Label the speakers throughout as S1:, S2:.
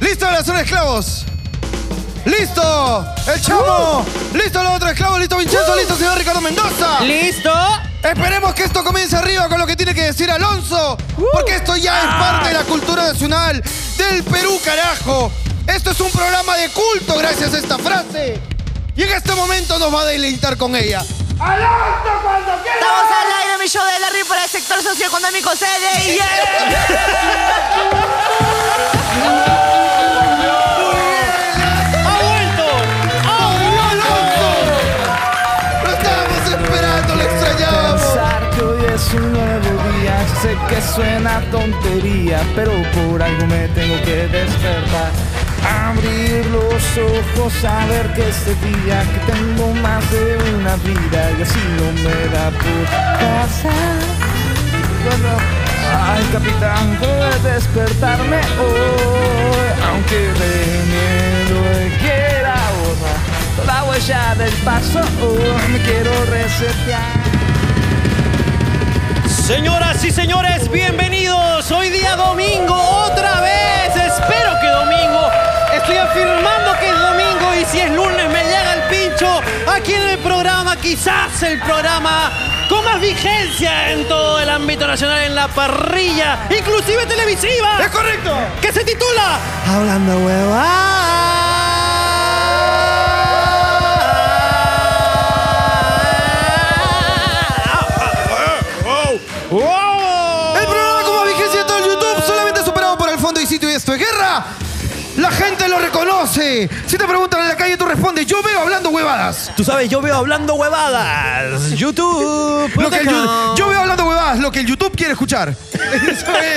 S1: ¡Listo la zona de esclavos! ¡Listo! ¡El chamo! ¡Listo los otros esclavos! ¡Listo Vincenzo! ¡Listo señor Ricardo Mendoza!
S2: ¿Listo?
S1: Esperemos que esto comience arriba con lo que tiene que decir Alonso, porque esto ya es parte de la cultura nacional del Perú, carajo. Esto es un programa de culto gracias a esta frase. Y en este momento nos va a deleitar con ella.
S3: Estamos al aire, mi show de Larry para el sector socioeconómico CDI.
S2: ¡Ha vuelto!
S1: ¡Lo estábamos esperando, lo extrañamos!
S4: Pensar que hoy es un nuevo día, sé que suena tontería, pero por algo me tengo que despertar. Abrir los ojos, saber que este día, que tengo más de una vida y así no me da por pasar. Bueno, Ay, capitán, de despertarme hoy, aunque de miedo quiera borrar toda huella del paso, oh, me quiero resetear.
S2: Señoras y señores, bienvenidos. Hoy día domingo, otra vez. Espero que domingo. Estoy afirmando que es domingo y si es lunes me llega el pincho aquí en el programa, quizás el programa con más vigencia en todo el ámbito nacional, en la parrilla, inclusive televisiva.
S1: ¡Es correcto!
S2: que se titula Hablando
S1: El
S2: Hueva.
S1: programa como vigencia de todo el YouTube solamente superado por el fondo y sitio y esto es guerra. La gente lo reconoce. Si te preguntan en la calle, tú respondes, yo veo hablando huevadas.
S2: Tú sabes, yo veo hablando huevadas. YouTube.
S1: Lo que el Yu- yo veo hablando huevadas, lo que el YouTube quiere escuchar. Eso es.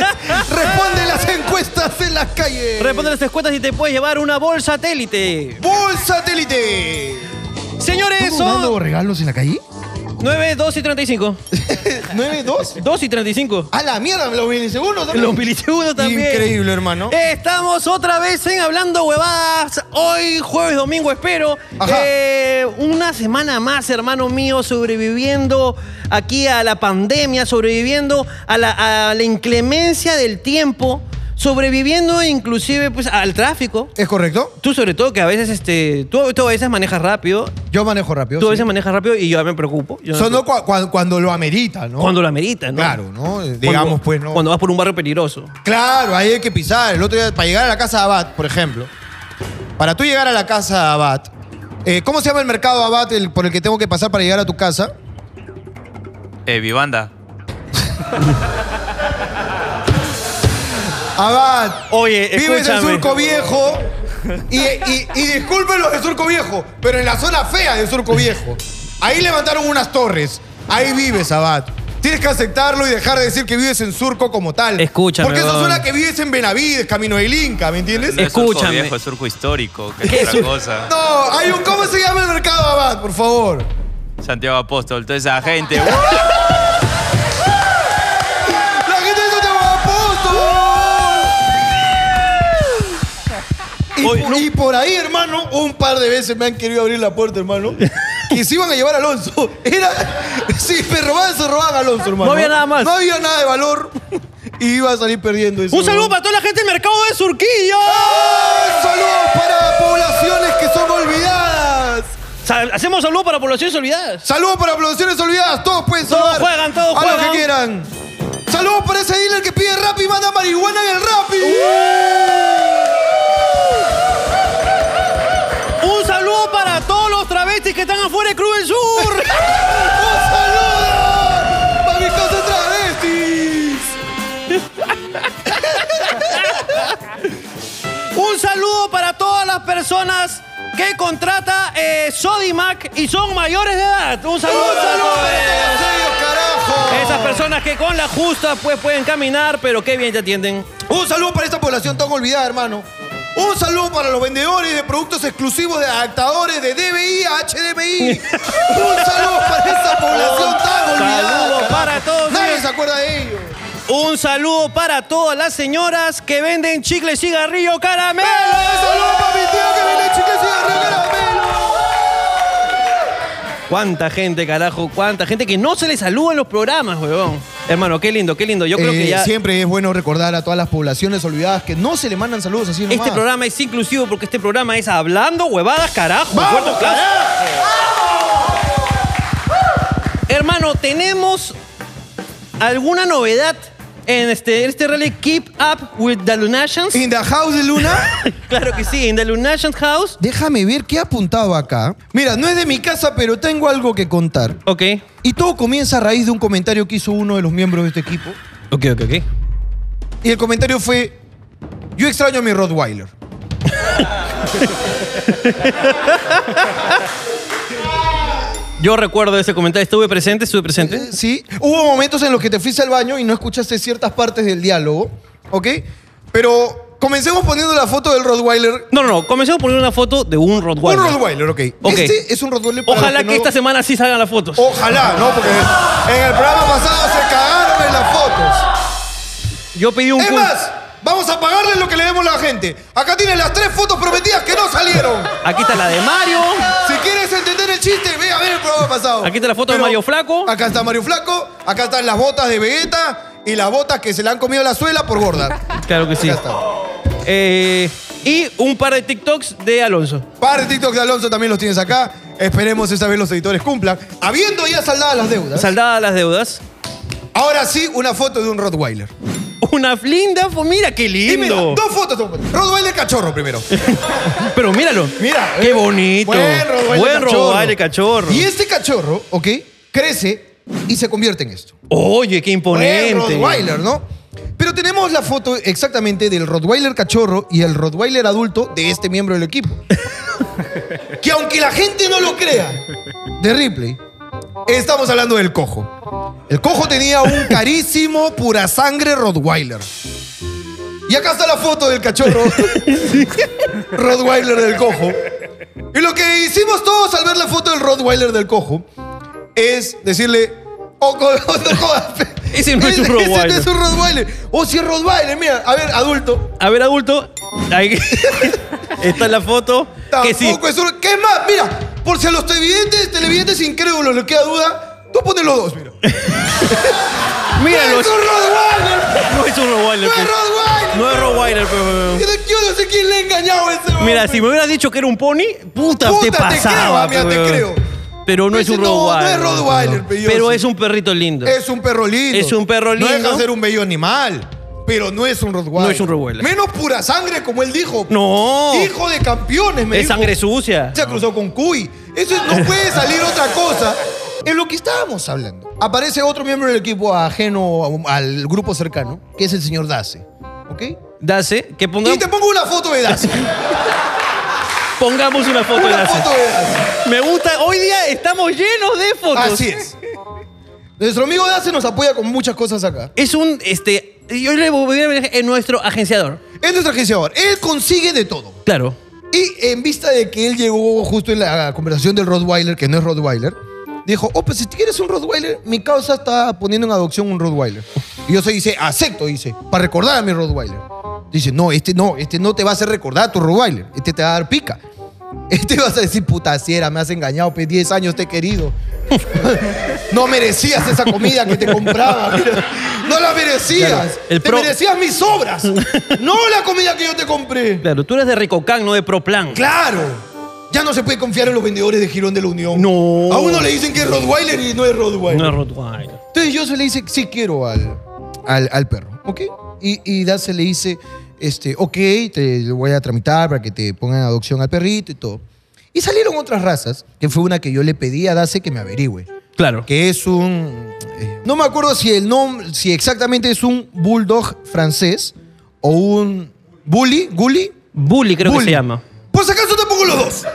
S1: Responde las encuestas en las calles.
S2: Responde las escuetas y te puedes llevar una bolsa satélite.
S1: Bolsa satélite.
S2: Señores, son
S1: regalos en la calle?
S2: 9, 2 y 35.
S1: ¿9-2?
S2: 2 y 35.
S1: A la mierda, los milisegundos también.
S2: Los milisegundos también.
S1: Increíble, hermano.
S2: Estamos otra vez en Hablando Huevadas. Hoy, jueves, domingo, espero.
S1: Ajá.
S2: Eh, una semana más, hermano mío, sobreviviendo aquí a la pandemia, sobreviviendo a la, a la inclemencia del tiempo, sobreviviendo inclusive pues, al tráfico.
S1: ¿Es correcto?
S2: Tú sobre todo que a veces, este, tú, tú a veces manejas rápido,
S1: Yo manejo rápido.
S2: tú a
S1: sí.
S2: veces manejas rápido y yo me preocupo. Yo me
S1: Sonó
S2: preocupo.
S1: cua- cuan- cuando lo amerita, ¿no?
S2: cuando la merita, ¿no?
S1: Claro, ¿no? Eh,
S2: Cuando-
S1: Digamos, pues, ¿no?
S2: Cuando vas por un barrio peligroso.
S1: Claro, ahí hay que pisar. El otro día, para llegar a la casa de Abad, por ejemplo, para tú llegar a la casa de Abad, eh, ¿cómo se llama el mercado Abad el- por el que tengo que pasar para llegar a tu casa?
S5: Eh, Vivanda.
S1: Abad,
S2: Oye,
S1: vives en
S2: Eh, escúchame.
S1: Surco Viejo. Y, y, y disculpen los de Surco Viejo, pero en la zona fea de Surco Viejo. Ahí levantaron unas torres. Ahí vives, Abad. Tienes que aceptarlo y dejar de decir que vives en Surco como tal.
S2: Escúchame, Eh.
S1: Porque eso
S2: weón.
S1: suena que vives en Benavides, Camino del Inca, ¿me entiendes?
S5: No es surco
S2: Escúchame.
S5: viejo, es surco histórico, que
S2: ¿Qué
S5: es
S2: sur-
S5: otra cosa.
S1: No, hay un. ¿Cómo se llama el mercado, Abad? Por favor.
S5: Santiago Apóstol, toda esa gente.
S1: La gente dice Santiago Apóstol. Y,
S2: Oye,
S1: por-
S2: no.
S1: y por ahí, hermano, un par de veces me han querido abrir la puerta, hermano. Y se iban a llevar a Alonso. Era, si me robaban, se robaban a Alonso, hermano.
S2: No había nada más.
S1: No había nada de valor. Y iba a salir perdiendo eso.
S2: Un saludo
S1: hermano.
S2: para toda la gente del mercado de Surquillo.
S1: ¡Ah! Saludos para poblaciones que son olvidadas.
S2: Sal- Hacemos saludo para poblaciones olvidadas.
S1: Saludos para poblaciones olvidadas. Todos pueden
S2: Todos
S1: saludar.
S2: juegan, todos
S1: A lo
S2: juegan.
S1: que quieran. Saludos para ese dealer que pide rap y manda marihuana en el rap.
S2: Un saludo para todos los travestis que están afuera del Club del Sur.
S1: ¡Un saludo para mis cosas travestis!
S2: Un saludo para todas las personas que contrata eh, Sodimac y son mayores de edad. Un
S1: ¡Un
S2: saludo, para
S1: saludo
S2: todos
S1: para todos ellos, carajo!
S2: ellos. Esas personas que con la justa pues pueden caminar, pero qué bien te atienden.
S1: Un saludo para esta población tan olvidada, hermano. Un saludo para los vendedores de productos exclusivos de adaptadores de DBI a HDMI. Un saludo para esa población tan olvidada.
S2: Saludo para todos
S1: Nadie
S2: ellos.
S1: se acuerda de ellos.
S2: Un saludo para todas las señoras que venden chicle, cigarrillo, caramelo.
S1: Un saludo para mi tío que viene chicle cigarrillo caramelo.
S2: ¿Cuánta gente, carajo? ¿Cuánta gente que no se le saluda en los programas, huevón? Hermano, qué lindo, qué lindo. Yo creo que
S1: Eh,
S2: ya
S1: Siempre es bueno recordar a todas las poblaciones olvidadas que no se le mandan saludos así nomás.
S2: este programa es inclusivo porque este programa es hablando huevadas, carajo.
S1: eh!
S2: cuarto clase. Hermano, tenemos alguna novedad en este, en este rally Keep Up with the Lunations.
S1: In the house de Luna.
S2: Claro que sí, en The Lunations House.
S1: Déjame ver qué apuntaba acá. Mira, no es de mi casa, pero tengo algo que contar.
S2: Ok.
S1: Y todo comienza a raíz de un comentario que hizo uno de los miembros de este equipo.
S2: Ok, ok, ok.
S1: Y el comentario fue, yo extraño a mi Rottweiler.
S2: Yo recuerdo ese comentario. Estuve presente, estuve presente.
S1: Eh, Sí, hubo momentos en los que te fuiste al baño y no escuchaste ciertas partes del diálogo, ¿ok? Pero comencemos poniendo la foto del Rottweiler.
S2: No, no, no. Comencemos por una foto de un Rottweiler.
S1: Un Rottweiler, ok.
S2: Ok.
S1: Este es un Rottweiler para
S2: Ojalá
S1: los
S2: que,
S1: no- Oh.
S2: esta semana sí salgan las fotos.
S1: Ojalá, ¿no? Porque en el programa pasado se cagaron en las fotos.
S2: Yo pedí un
S1: Es
S2: cul-
S1: más, vamos a pagarle lo que le demos a la gente. Acá tienen las tres fotos prometidas que no salieron.
S2: Aquí está la de Mario.
S1: Si quieres entender el chiste, ve a ver el programa pasado.
S2: Aquí está la foto de Mario Flaco.
S1: Acá está Mario Flaco, acá están las botas de Vegeta y las botas que se le han comido la suela por gorda.
S2: Claro que sí.
S1: Acá está.
S2: Eh, y un par de TikToks de Alonso.
S1: Par de TikTok de Alonso también los tienes acá. Esperemos esta vez los editores cumplan. Habiendo ya saldadas las deudas.
S2: Saldadas las deudas.
S1: ahora sí, una foto de un Rottweiler.
S2: Una linda. fo- Mira qué
S1: Y mira,
S2: lindo.
S1: dos fotos. dos fotos. Rottweiler cachorro primero.
S2: Pero míralo.
S1: Mira.
S2: Qué
S1: eh,
S2: bonito.
S1: Buen Rottweiler
S2: Buen
S1: cachorro.
S2: Rottweiler cachorro.
S1: Y este cachorro, ¿ok? Crece y se convierte en esto.
S2: Oye, qué
S1: Buen
S2: imponente.
S1: Rottweiler, ¿no? Pero tenemos la foto exactamente del Rottweiler cachorro y el Rottweiler adulto de este miembro del equipo. que aunque la gente no lo crea, de Ripley, estamos hablando del cojo. El cojo tenía un carísimo pura sangre Rottweiler. Y acá está la foto del cachorro Rottweiler del cojo. Y lo que hicimos todos al ver la foto del Rottweiler del cojo es decirle, oh, co- no jodas, pe.
S2: Ese no es un
S1: Ese no es
S2: Rottweiler.
S1: un Rottweiler. Oh, sí es Rottweiler, mira, a ver, adulto.
S2: A ver, adulto. Ahí está la foto. Que sí.
S1: Tampoco es un... ¿Qué más? Mira, por si a los televidentes, televidentes incrédulos les queda duda, tú pones los dos, mira.
S2: Míralo.
S1: ¡Es un Rottweiler!
S2: No es un Rottweiler.
S1: ¡No es
S2: pues.
S1: Rottweiler!
S2: No es Rottweiler, pero.
S1: Yo no sé quién le ha engañado a ese
S2: Mira,
S1: hombre.
S2: si me hubieras dicho que era un pony, puta,
S1: Puta,
S2: te
S1: te
S2: pasaba.
S1: creo, amiga, te
S2: pero-
S1: creo.
S2: Pero no es
S1: Ese
S2: un
S1: no, no
S2: Rottweiler.
S1: es Rottweiler, pe, yo
S2: Pero
S1: sí.
S2: es un perrito lindo.
S1: Es un perro lindo.
S2: Es un perro
S1: No deja
S2: lindo.
S1: de ser un bello animal, pero no es un Rottweiler.
S2: No es un Rottweiler.
S1: Menos pura sangre, como él dijo.
S2: No.
S1: Hijo de campeones, me
S2: Es
S1: dijo.
S2: sangre sucia.
S1: Se ha cruzado con Cuy. Eso es- no puede salir otra cosa. Es lo que estábamos hablando. Aparece otro miembro del equipo ajeno a- al grupo cercano, que es el señor Dace. ¿Ok?
S2: Dace, que ponga-
S1: Y te pongo una foto de Dace.
S2: pongamos una foto de
S1: una
S2: Dace.
S1: foto de Dace.
S2: Me gusta, hoy día estamos llenos de fotos.
S1: Así es. Nuestro amigo Dace nos apoya con muchas cosas acá.
S2: Es un, este, yo le voy a ver en nuestro agenciador.
S1: Es nuestro agenciador. Él consigue de todo.
S2: Claro.
S1: Y en vista de que él llegó justo en la conversación del Rottweiler, que no es Rottweiler, dijo, oh, pues si quieres un Rottweiler, mi causa está poniendo en adopción un Rottweiler. Y yo se dice, acepto, dice, para recordar a mi Rottweiler. Dice, no, este no, este no te va a hacer recordar a tu Rottweiler, este te va a dar pica. Este vas a decir, puta sierra, me has engañado, pues 10 años te he querido. no merecías esa comida que te compraba. mira. No la merecías.
S2: Claro, el
S1: te
S2: pro-
S1: merecías mis obras. no la comida que yo te compré.
S2: Claro, tú eres de Ricocán, no de Proplan.
S1: ¡Claro! Ya no se puede confiar en los vendedores de Girón de la Unión.
S2: No.
S1: A uno le dicen que es Rottweiler y no es Rottweiler.
S2: No es Rottweiler.
S1: Entonces yo se le dice, sí quiero al, al, al perro, ¿ok? Y, y Daz se le dice, este, ok, te lo voy a tramitar para que te pongan en adopción al perrito y todo. Y salieron otras razas, que fue una que yo le pedí a Dace que me averigüe,
S2: Claro.
S1: que es un... eh, no me acuerdo si el nombre, si exactamente es un bulldog francés o un bully, gully,
S2: Bully creo que
S1: Bully.
S2: se llama.
S1: Por si acaso te pongo los dos.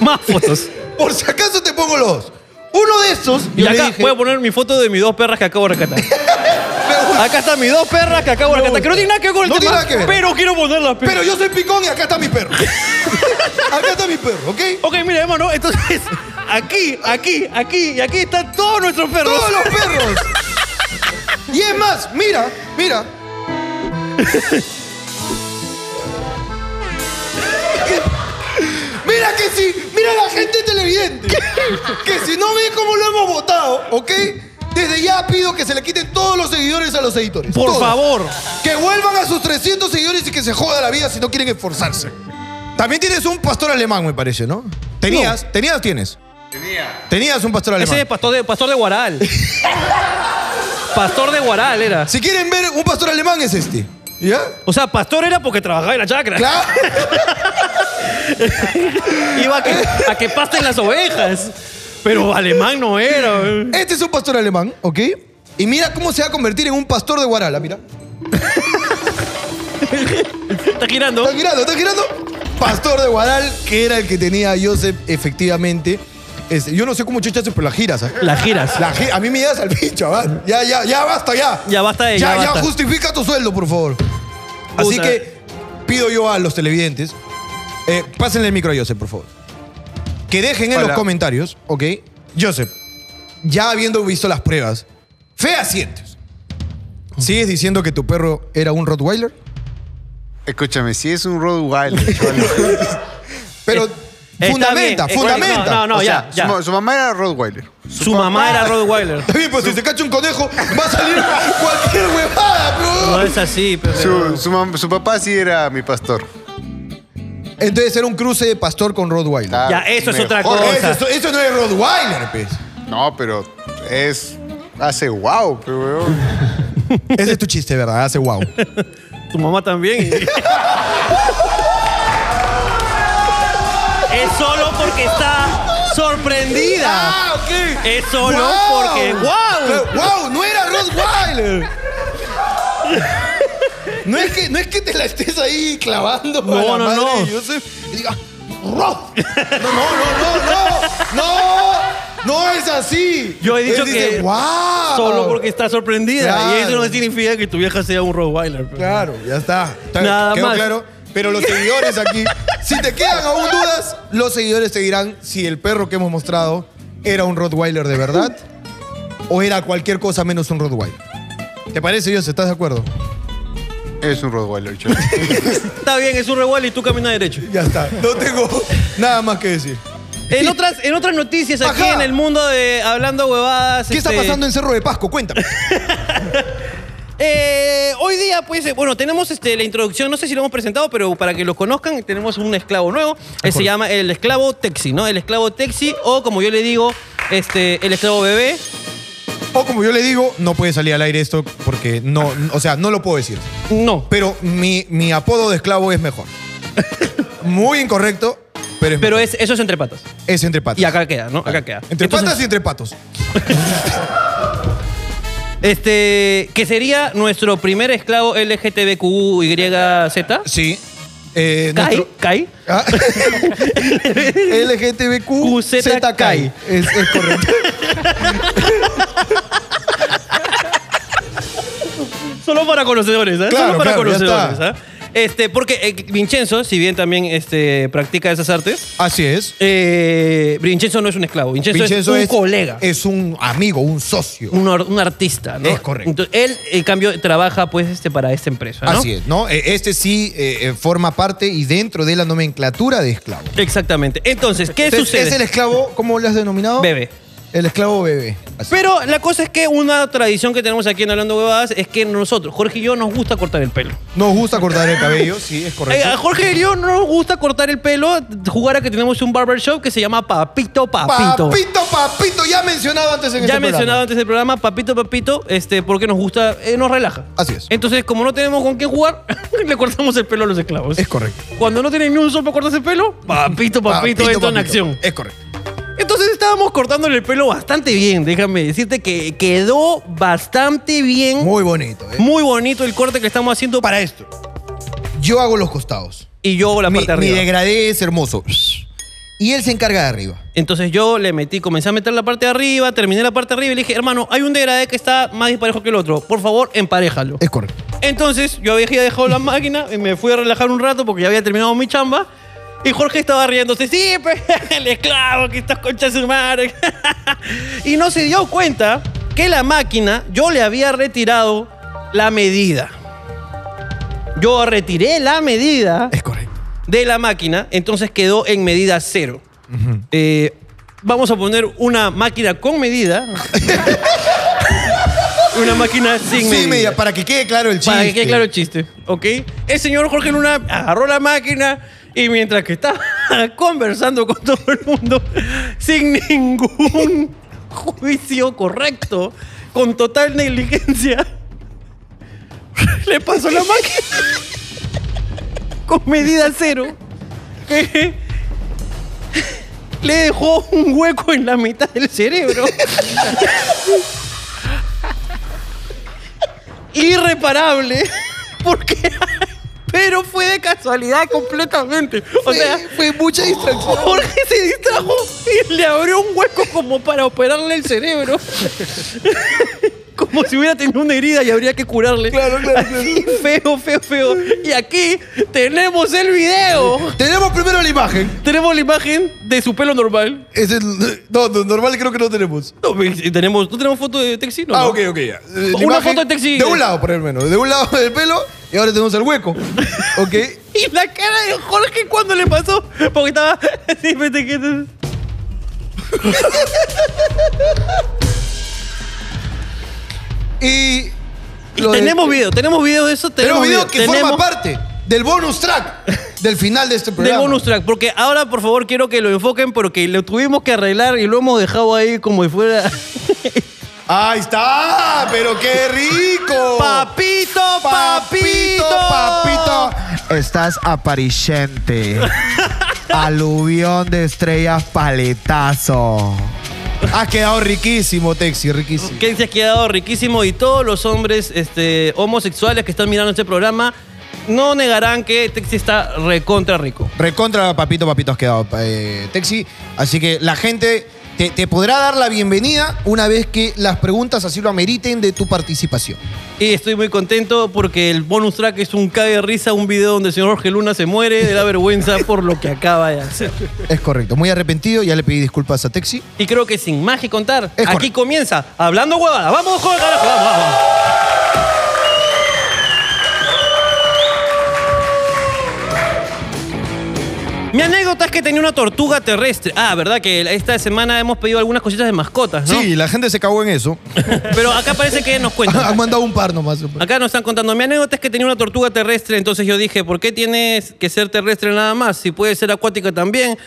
S2: Más fotos.
S1: Por si acaso te pongo los dos. Uno de estos,
S2: Y
S1: yo le
S2: acá
S1: dije,
S2: voy a poner mi foto de mis dos perras que acabo de rescatar.
S1: me gusta,
S2: Acá están mis dos perras que acabo de rescatar. Que no tienen nada que ver con el
S1: No tiene
S2: tema,
S1: nada que ver.
S2: pero quiero ponerlas.
S1: pero yo soy picón y acá está mi perro. acá está mi perro, ¿ok?
S2: Ok, mira, hermano, entonces aquí, aquí, aquí y aquí están todos nuestros perros.
S1: Todos los perros. Y es más, mira, mira. Mira que si, mira la gente televidente. Que si no ve cómo lo hemos votado, ¿ok? Desde ya pido que se le quiten todos los seguidores a los editores.
S2: Por
S1: Todos.
S2: favor.
S1: Que vuelvan a sus 300 seguidores y que se joda la vida si no quieren esforzarse. También tienes un pastor alemán, me parece, ¿no? Tenías, tenías, tienes. Tenía. Tenías un pastor alemán.
S2: Ese es pastor de, pastor de Guaral. pastor de Guaral era.
S1: Si quieren ver un pastor alemán es este. ¿Ya?
S2: O sea, pastor era porque trabajaba en la chacra.
S1: Claro.
S2: Iba a que, a que pasten las ovejas. Pero alemán no era. weón.
S1: Este es un pastor alemán, ¿ok? Y mira cómo se va a convertir en un pastor de Guarala, mira.
S2: Está girando.
S1: Está girando, está girando. Pastor de Guaral, que era el que tenía a Joseph, efectivamente. Este, yo no sé cómo chuchas pero las giras. ¿ah?
S2: Las giras.
S1: La gi- a mí me llegas al pincho, ¿ah? Ya, ya, ya basta, ya.
S2: Ya basta de-
S1: Ya,
S2: ya
S1: ya,
S2: basta.
S1: justifica tu sueldo, por favor. Así
S2: Puta.
S1: que pido yo a los televidentes, eh, pásenle el micro a Joseph, por favor. Que dejen en
S5: Hola.
S1: los comentarios, ¿ok? Joseph, ya habiendo visto las pruebas, fehacientes. ¿Sigues diciendo que tu perro era un Rottweiler?
S6: Escúchame, si es un Rottweiler, chaval.
S1: Pero
S2: Eh, Está
S1: fundamenta,
S2: bien. eh,
S1: fundamenta.
S2: No, no, no,
S1: O sea,
S2: ya, ya.
S6: Su, ma- su mamá era Rottweiler.
S2: Su mamá era Rottweiler.
S1: Está bien, pues si se cacha un conejo, va a salir cualquier huevada, pero-
S2: No es así, pero.
S6: Su, su mam- su papá sí era mi pastor.
S1: Entonces era un cruce de pastor con Rottweiler.
S6: Está
S2: Ya, eso es otra
S6: mejor.
S2: cosa.
S1: Eso, eso- eso no es Rottweiler, pues.
S6: No, pero es. Hace wow, pero weón.
S1: Ese es tu chiste, ¿verdad? Hace wow.
S2: Tu mamá también. es solo porque está sorprendida.
S1: Ah, ok!
S2: Es solo porque. ¡Wow!
S1: ¡Wow! ¡No era Rottweiler! No es, que, no es que te la estés ahí clavando a
S2: No,
S1: la
S2: no,
S1: madre
S2: no.
S1: de Joseph y digas "Roth". No, no, no, no, no. No es así.
S2: Yo he
S1: Él
S2: dicho
S1: dice,
S2: que
S1: "Wow".
S2: Solo porque está sorprendida.
S1: Claro.
S2: Y eso no significa que tu vieja sea un Rottweiler. pero-
S1: Claro, ya está. Está bien,
S2: Nada
S1: quedó
S2: más.
S1: claro. Pero los seguidores aquí, si te quedan aún dudas, los seguidores te dirán si el perro que hemos mostrado era un Rottweiler de verdad o era cualquier cosa menos un Rottweiler. ¿Te parece, Dios? ¿Estás de acuerdo?
S6: Es un Rottweiler, chaval.
S2: Está bien, es un Rottweiler y tú caminas derecho.
S1: Ya está. No tengo nada más que decir.
S2: En otras, en otras noticias aquí
S1: Ajá.
S2: en el mundo de Hablando Huevadas.
S1: ¿Qué está
S2: este,
S1: pasando en Cerro de Pasco? Cuéntame.
S2: Eh, hoy día, pues, eh, bueno, tenemos este, la introducción, no sé si lo hemos presentado, pero para que lo conozcan, tenemos un esclavo nuevo.
S1: Ah,
S2: Eh, se llama el esclavo Texi, ¿no? El esclavo Texi, o como yo le digo, este, el esclavo bebé.
S1: O como yo le digo, no puede salir al aire esto porque no, o sea, no lo puedo decir.
S2: No.
S1: Pero mi, mi apodo de esclavo es mejor. Muy incorrecto, pero es,
S2: Pero
S1: mejor.
S2: es, eso es entre patas.
S1: es entre patas.
S2: Y acá queda, ¿no? Acá queda.
S1: Ah, Entre
S2: Entonces,
S1: patas y entre patos.
S2: Este, que sería nuestro primer esclavo LGTBQYZ.
S1: Sí. Eh,
S2: ¿Kai?
S1: nuestro-
S2: ¿Kai?
S1: Ah. LGTBQ
S2: QZKai.
S1: Es, es correcto.
S2: Solo para conocedores, ¿eh?
S1: Claro,
S2: Solo para
S1: claro, ya
S2: conocedores,
S1: está.
S2: ¿eh? Este, porque eh, Vincenzo, si bien también este, practica esas artes,
S1: Así es.
S2: eh, Vincenzo no es un esclavo, Vincenzo,
S1: Vincenzo
S2: es un colega,
S1: Es un amigo, un socio.
S2: un, or- un artista, ¿no?
S1: Es correcto.
S2: Entonces, él, en cambio, trabaja pues este, para esta empresa, ¿no?
S1: Así es, ¿no? Eh, Este sí eh, eh, forma parte y dentro de la nomenclatura de esclavo.
S2: Exactamente. Entonces, ¿qué
S1: Entonces,
S2: sucede?
S1: Es el esclavo, ¿cómo lo has denominado?
S2: Bebé.
S1: El esclavo bebé. Así.
S2: Pero la cosa es que una tradición que tenemos aquí en Hablando Huevadas es que nosotros, Jorge y yo, nos gusta cortar el pelo.
S1: Nos gusta cortar el cabello, sí, es
S2: Eh,
S1: correcto.
S2: a Jorge y yo no nos gusta cortar el pelo, jugar a que tenemos un barbershop que se llama Papito Papito.
S1: papito, papito, ya mencionado antes en
S2: Ya
S1: este programa.
S2: mencionado antes del programa, papito, papito, este, porque nos gusta, eh, nos relaja.
S1: Así es.
S2: Entonces, como no tenemos con qué jugar, le cortamos el pelo a los esclavos.
S1: Es correcto.
S2: Cuando no tienen ni un sol para cortarse el pelo, papito, papito, esto en
S1: papito.
S2: acción.
S1: Es correcto.
S2: Entonces estábamos cortándole el pelo bastante bien, déjame decirte que quedó bastante bien. Muy,
S1: Muy bonito, ¿eh?
S2: bonito el corte que estamos haciendo para esto.
S1: Yo hago los costados.
S2: Y yo hago la
S1: mi,
S2: parte de
S1: mi
S2: arriba.
S1: degradé es hermoso. Y él se encarga de arriba.
S2: Entonces yo le metí, comencé a meter la parte de arriba, terminé la parte de arriba y le dije, hermano, hay un degradé que está más disparejo que el otro. Por favor, emparejalo.
S1: Es correcto.
S2: Entonces yo había dejado la máquina y me fui a relajar un rato porque ya había terminado mi chamba. Y Jorge estaba riéndose, sí, pues, el esclavo, que estas conchas de su madre. y no se dio cuenta que la máquina, yo le había retirado la medida. Yo retiré la medida
S1: Es correcto.
S2: de la máquina, entonces quedó en medida cero. Eh, vamos a poner una máquina con medida Una máquina sin
S1: Sí,
S2: medida.
S1: media, para que quede claro el chiste.
S2: Para que quede claro el chiste, ¿ok? El señor Jorge Luna agarró la máquina y mientras que estaba conversando con todo el mundo, sin ningún juicio correcto, con total negligencia, le pasó la máquina con medida cero, que le dejó un hueco en la mitad del cerebro. irreparable. Porque. Pero fue de casualidad completamente. O sea,
S1: fue mucha distracción.
S2: Jorge se distrajo y le abrió un hueco como para operarle el cerebro. Como si hubiera tenido una herida y habría que curarle.
S1: Claro, claro, claro.
S2: Así, feo, feo, feo. Y aquí tenemos el video.
S1: Tenemos primero la imagen.
S2: Tenemos la imagen de su pelo normal.
S1: Es el- no, no, normal creo que no tenemos.
S2: No, y tenemos, ¿No tenemos foto de Texi? No,
S1: Ah,
S2: ¿no?
S1: ok, ok, ya. Eh, la
S2: Una
S1: imagen
S2: foto de Texi.
S1: De un lado, por el menos. De un lado del pelo y ahora tenemos el hueco. Ok.
S2: Y la cara de Jorge cuando le pasó, porque estaba así, vete que-
S1: Y. lo de-
S2: Tenemos video, tenemos video de eso. Tenemos,
S1: tenemos video que
S2: tenemos
S1: forma parte del bonus track del final de este
S2: Del
S1: programa.
S2: bonus track, porque ahora por favor quiero que lo enfoquen porque lo tuvimos que arreglar y lo hemos dejado ahí como si fuera.
S1: ¡Ahí está! ¡Pero qué rico!
S2: ¡Papito, papito!
S1: papito.
S4: Estás aparicente. Aluvión de estrellas paletazo.
S1: Has quedado riquísimo, Texi, riquísimo.
S2: Que se ha quedado riquísimo y todos los hombres este, homosexuales que están mirando este programa no negarán que Texi está recontra rico.
S1: Recontra papito, papito has quedado, eh, Texi. Así que la gente te, te podrá dar la bienvenida una vez que las preguntas así lo ameriten de tu participación.
S2: Y estoy muy contento porque el bonus track es un cague de risa, un video donde el señor Jorge Luna se muere de la vergüenza por lo que acaba de hacer.
S1: Es correcto. Muy arrepentido, ya le pedí disculpas a Texi.
S2: Y creo que sin más que contar,
S1: Es
S2: aquí
S1: correcto.
S2: comienza Hablando Huevadas. Vamos, Jorge, carajo, vamos, vamos. Mi anécdota es que tenía una tortuga terrestre. Ah, verdad que esta semana hemos pedido algunas cositas de mascotas, ¿no?
S1: Sí, la gente se cagó en eso.
S2: Pero acá parece que nos cuentan.
S1: Han mandado un par nomás.
S2: Pues. Acá nos están contando, mi anécdota es que tenía una tortuga terrestre, entonces yo dije, ¿por qué tienes que ser terrestre nada más? Si puede ser acuática también.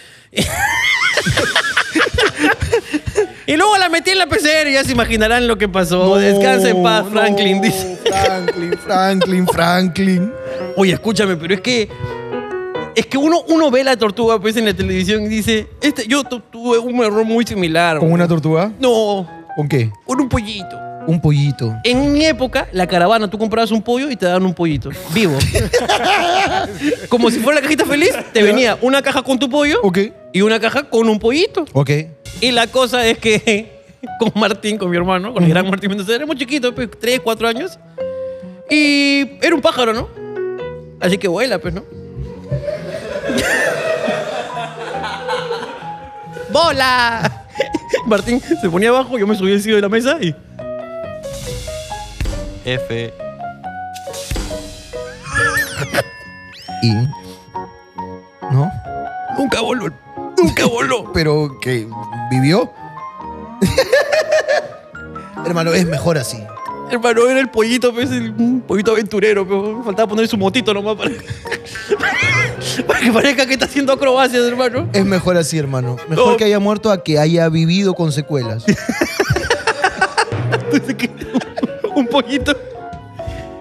S2: y luego la metí en la PCR y ya se imaginarán lo que pasó. Oh, Descansa en paz,
S1: No,
S2: Franklin. dice.
S1: Franklin, Franklin, Franklin.
S2: Oye, escúchame, pero es que... Es que uno, uno ve la tortuga pues, en la televisión y dice, este, yo tu- tuve un error muy similar.
S1: ¿Con una tortuga?
S2: No,
S1: ¿Con qué?
S2: con un pollito.
S1: Un pollito.
S2: En mi época, la caravana, tú comprabas un pollo y te daban un pollito, vivo. Como si fuera la cajita feliz, te venía una caja con tu pollo
S1: Ok.
S2: y una caja con un pollito.
S1: Ok.
S2: Y la cosa es que con Martín, con mi hermano, con el gran Martín Mendoza, éramos chiquitos, pues, 3, 4 años. Y era un pájaro, ¿no? Así que vuela, pues, ¿no? ¡Bola! Martín se ponía abajo, yo me subí encima de la mesa y...
S5: F.
S1: ¿Y? ¿No?
S2: Nunca voló. Nunca voló.
S1: Pero que vivió. Hermano, es mejor así.
S2: Hermano, era el pollito, pues, el un pollito aventurero. Pues, faltaba poner su motito nomás para, para que parezca que está haciendo acrobacias, hermano.
S1: Es mejor así, hermano. Mejor
S2: No.
S1: que haya muerto a que haya vivido con secuelas.
S2: Entonces, que- un pollito.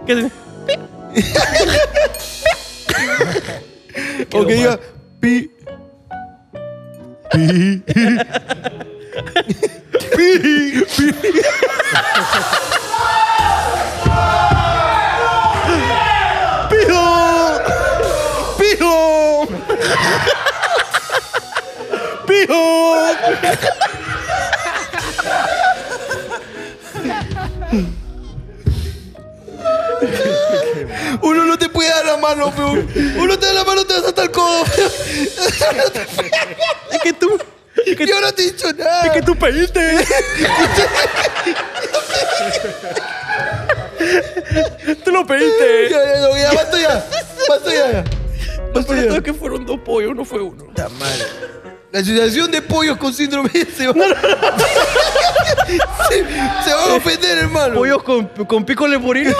S2: Que se-
S1: o que diga, pi. Pi. Pi. Pi.
S2: ¡Pijo! ¡Pijo! ¡Pijo!
S1: Uno no te puede dar la mano, pero uno te da la mano, te vas hasta el codo.
S2: Es que tú. Es que,
S1: Yo no te he dicho nada.
S2: es que tú pediste. tú lo pediste.
S1: Ya, ya, no, ya, basta ya. Basta ya.
S2: Lo peor de todo es que fueron dos pollos, no fue uno.
S1: La Asociación de Pollos con Síndrome se va, se, se va a
S2: Eh,
S1: ofender, hermano.
S2: Pollos con, con pico leporino.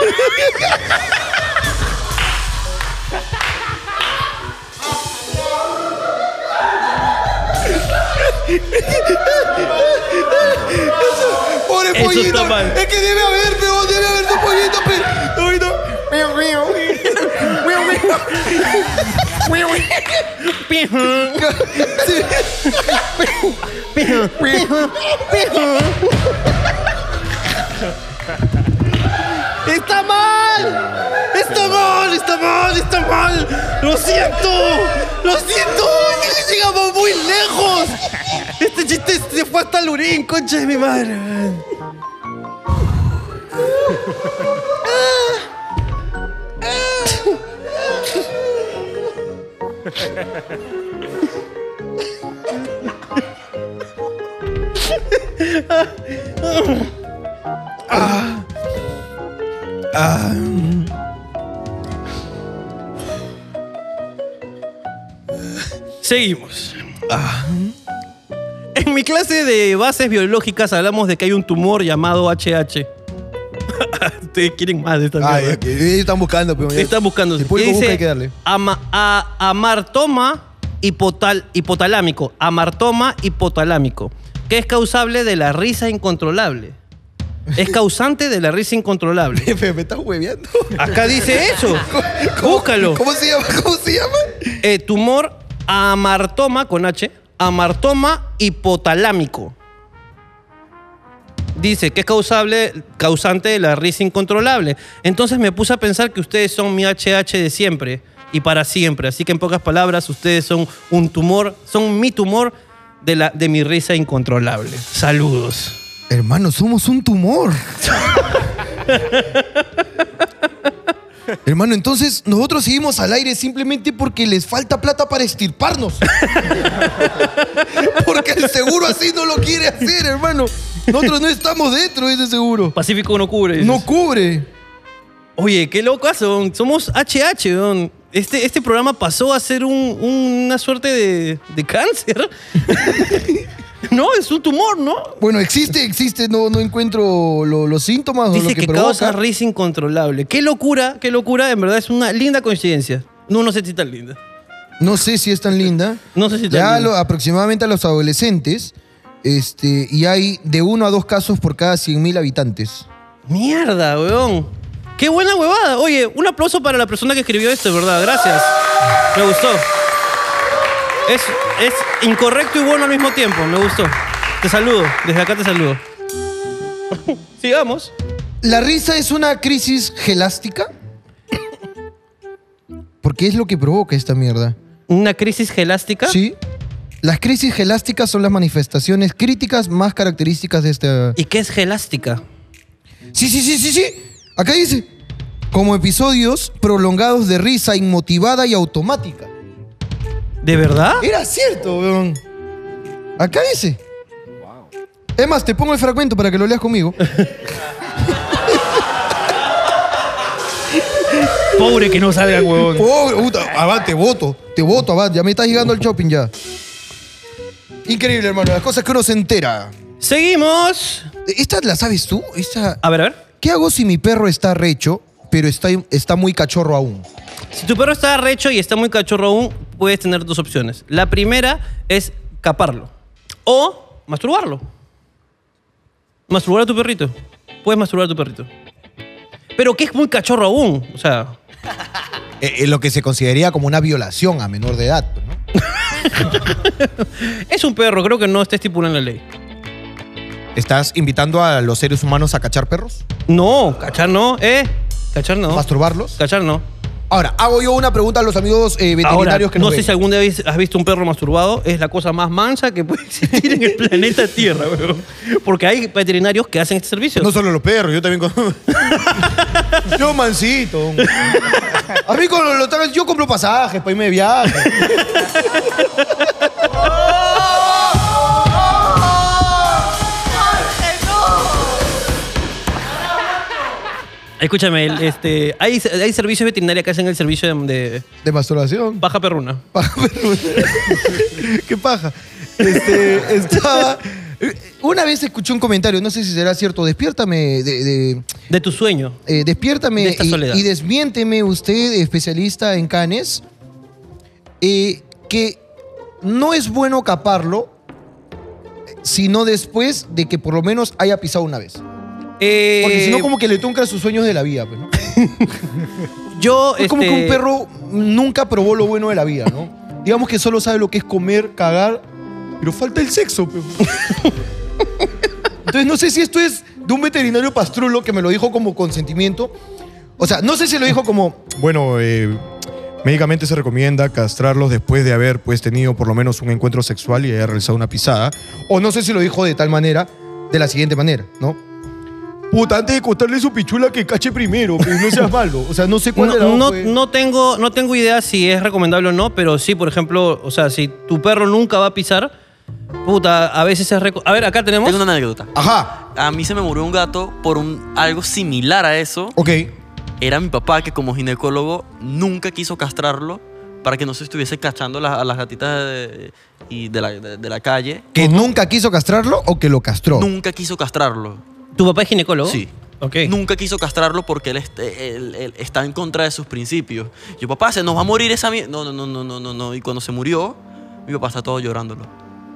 S1: Pobre
S2: Eso
S1: pollito.
S2: está mal.
S1: Es que debe haber, peón, debe haber tu pollito, pe- pollito. Sí.
S2: ¡Está mal! ¡Está mal! ¡Está mal! ¡Está mal! ¡Lo siento! ¡Lo siento! ¡Ya llegamos muy lejos! Este chiste se fue hasta el urín, concha de mi madre. Seguimos.
S1: Ah.
S2: En mi clase de bases biológicas hablamos de que hay un tumor llamado HH. Ustedes quieren más de esta
S1: Ay,
S2: mierda.
S1: ok, ellos están buscando, peón. ya.
S2: Están buscando.
S1: Si el público
S2: ¿Qué
S1: busca,
S2: dice?
S1: hay que darle.
S2: Ama- a- amartoma hipotal- hipotalámico. Amartoma hipotalámico. Que es causable de la risa incontrolable. Es causante de la risa incontrolable.
S1: Jefe, me estás hueveando.
S2: Acá dice eso.
S1: ¿Cómo-
S2: Búscalo.
S1: ¿Cómo se llama? ¿Cómo se llama?
S2: Eh, tumor amartoma con H. Amartoma hipotalámico. Dice que es causable, causante de la risa incontrolable. Entonces me puse a pensar que ustedes son mi HH de siempre y para siempre. Así que en pocas palabras, ustedes son un tumor, son mi tumor de, la, de mi risa incontrolable. Saludos.
S1: Hermano, somos un tumor. Hermano, entonces nosotros seguimos al aire simplemente porque les falta plata para estirparnos. porque el seguro así no lo quiere hacer, hermano. Nosotros no estamos dentro de ese seguro.
S2: Pacífico no cubre. dices.
S1: No cubre.
S2: Oye, qué loco weón. Somos HH, weón. Este, este programa pasó a ser un- una suerte de, de cáncer. no, es un tumor, ¿no?
S1: Bueno, existe, existe. No, no encuentro lo- los síntomas o
S2: Dice
S1: lo que,
S2: que,
S1: provoca.
S2: causa risa incontrolable. Qué locura, qué locura. En verdad es una linda coincidencia. No, no sé si tan linda.
S1: No sé si es tan linda.
S2: No sé si tan
S1: Ya
S2: linda.
S1: lo- aproximadamente a los adolescentes. Este, y hay de uno a dos casos por cada 100.000 habitantes.
S2: Mierda, weón. Qué buena huevada. Oye, un aplauso para la persona que escribió esto, de ¿verdad? Gracias. Me gustó. Es, es incorrecto y bueno al mismo tiempo. Me gustó. Te saludo. Desde acá te saludo. Sigamos.
S1: ¿La risa es una crisis gelástica? Porque es lo que provoca esta mierda.
S2: ¿Una crisis gelástica?
S1: ¿Sí? Las crisis gelásticas son las manifestaciones críticas más características de esta...
S2: ¿Y qué es gelástica?
S1: Sí, sí, sí, sí, sí. Acá dice. Como episodios prolongados de risa inmotivada y automática.
S2: ¿De verdad?
S1: Era cierto, weón. Acá dice. Es más, te pongo el fragmento para que lo leas conmigo.
S2: Pobre que no salga, huevón.
S1: Pobre, Oh, puta, Abad, te voto. Te voto, Abad. Ya me estás llegando al shopping ya. Increíble, hermano. Las cosas que uno se entera.
S2: Seguimos.
S1: ¿Esta la sabes tú? Esta...
S2: A ver, a ver.
S1: ¿Qué hago si mi perro está recho, pero está, está muy cachorro aún?
S2: Si tu perro está arrecho y está muy cachorro aún, puedes tener dos opciones. La primera es caparlo o masturbarlo. Masturbar a tu perrito. Puedes masturbar a tu perrito. Pero que es muy cachorro aún. O sea,
S1: Eh, eh, lo que se consideraría como una violación a menor de edad, pues, ¿no?
S2: es un perro, creo que no está estipulado en la ley.
S1: ¿Estás invitando a los seres humanos a cachar perros?
S2: No, cachar no, ¿eh? Cachar no.
S1: ¿Masturbarlos?
S2: Cachar no.
S1: Ahora, hago yo una pregunta a los amigos eh, veterinarios
S2: Ahora,
S1: que
S2: no
S1: nos
S2: sé
S1: ven.
S2: si algún día habéis- has visto un perro masturbado, es la cosa más mansa que puede existir en el planeta Tierra, weón. Porque hay veterinarios que hacen este servicio.
S6: No solo los perros, yo también con... yo mancito.
S1: A mí con lo- lo- yo compro pasajes para irme de viaje.
S3: ¡Jorge, no!
S2: Escúchame, el- este, hay, hay servicios veterinarios que hacen el servicio de, de
S1: De masturbación.
S2: paja perruna.
S1: Paja peluda. Qué paja. Este, estaba. eh, Una vez escuché un comentario, no sé si será cierto. Despiértame de- de
S2: De tu sueño.
S1: Eh, despiértame
S2: De esta
S1: y,
S2: soledad.
S1: y desmiénteme usted, especialista en canes, eh, que no es bueno caparlo, sino después de que por lo menos haya pisado una vez.
S2: Eh,
S1: Porque si no, como que le tunca sus sueños de la vida. pues, ¿no?
S2: yo,
S1: Es como que
S2: este,
S1: un perro nunca probó lo bueno de la vida, ¿no? Digamos que solo sabe lo que es comer, cagar, pero falta el sexo. pe. Entonces no sé si esto es de un veterinario pastrulo que me lo dijo como consentimiento. O sea, no sé si lo dijo como, bueno, eh, médicamente se recomienda castrarlos después de haber pues tenido por lo menos un encuentro sexual y haber realizado una pisada. O no sé si lo dijo de tal manera, de la siguiente manera, ¿no? Puta, antes de costarle su pichula que cache primero, pero no seas malo. O sea, no sé cuál pues. de las
S2: No,
S1: dos
S2: no,
S1: fue.
S2: no tengo, no tengo idea si es recomendable o no, pero sí, por ejemplo, o sea, si tu perro nunca va a pisar, puta, a veces es... reco- A ver, acá tenemos...
S7: Tengo una anécdota.
S1: Ajá,
S7: A mí se me murió un gato por un, algo similar a eso.
S1: ok.
S7: Era mi papá que como ginecólogo nunca quiso castrarlo para que no se estuviese cachando las- a las gatitas de, y de, la, de- de la calle.
S1: ¿Que nunca quiso castrarlo o que lo castró?
S7: Nunca quiso castrarlo.
S2: ¿Tu papá es
S1: Oh.
S2: ginecólogo?
S7: Sí.
S2: Ok.
S8: Eh.
S7: Nunca quiso castrarlo porque él, este- él- él está en contra de sus principios. Yo, papá, se nos va a morir esa mierda. No, no, no, no, no, no, no. Y cuando se murió, mi papá está todo llorándolo.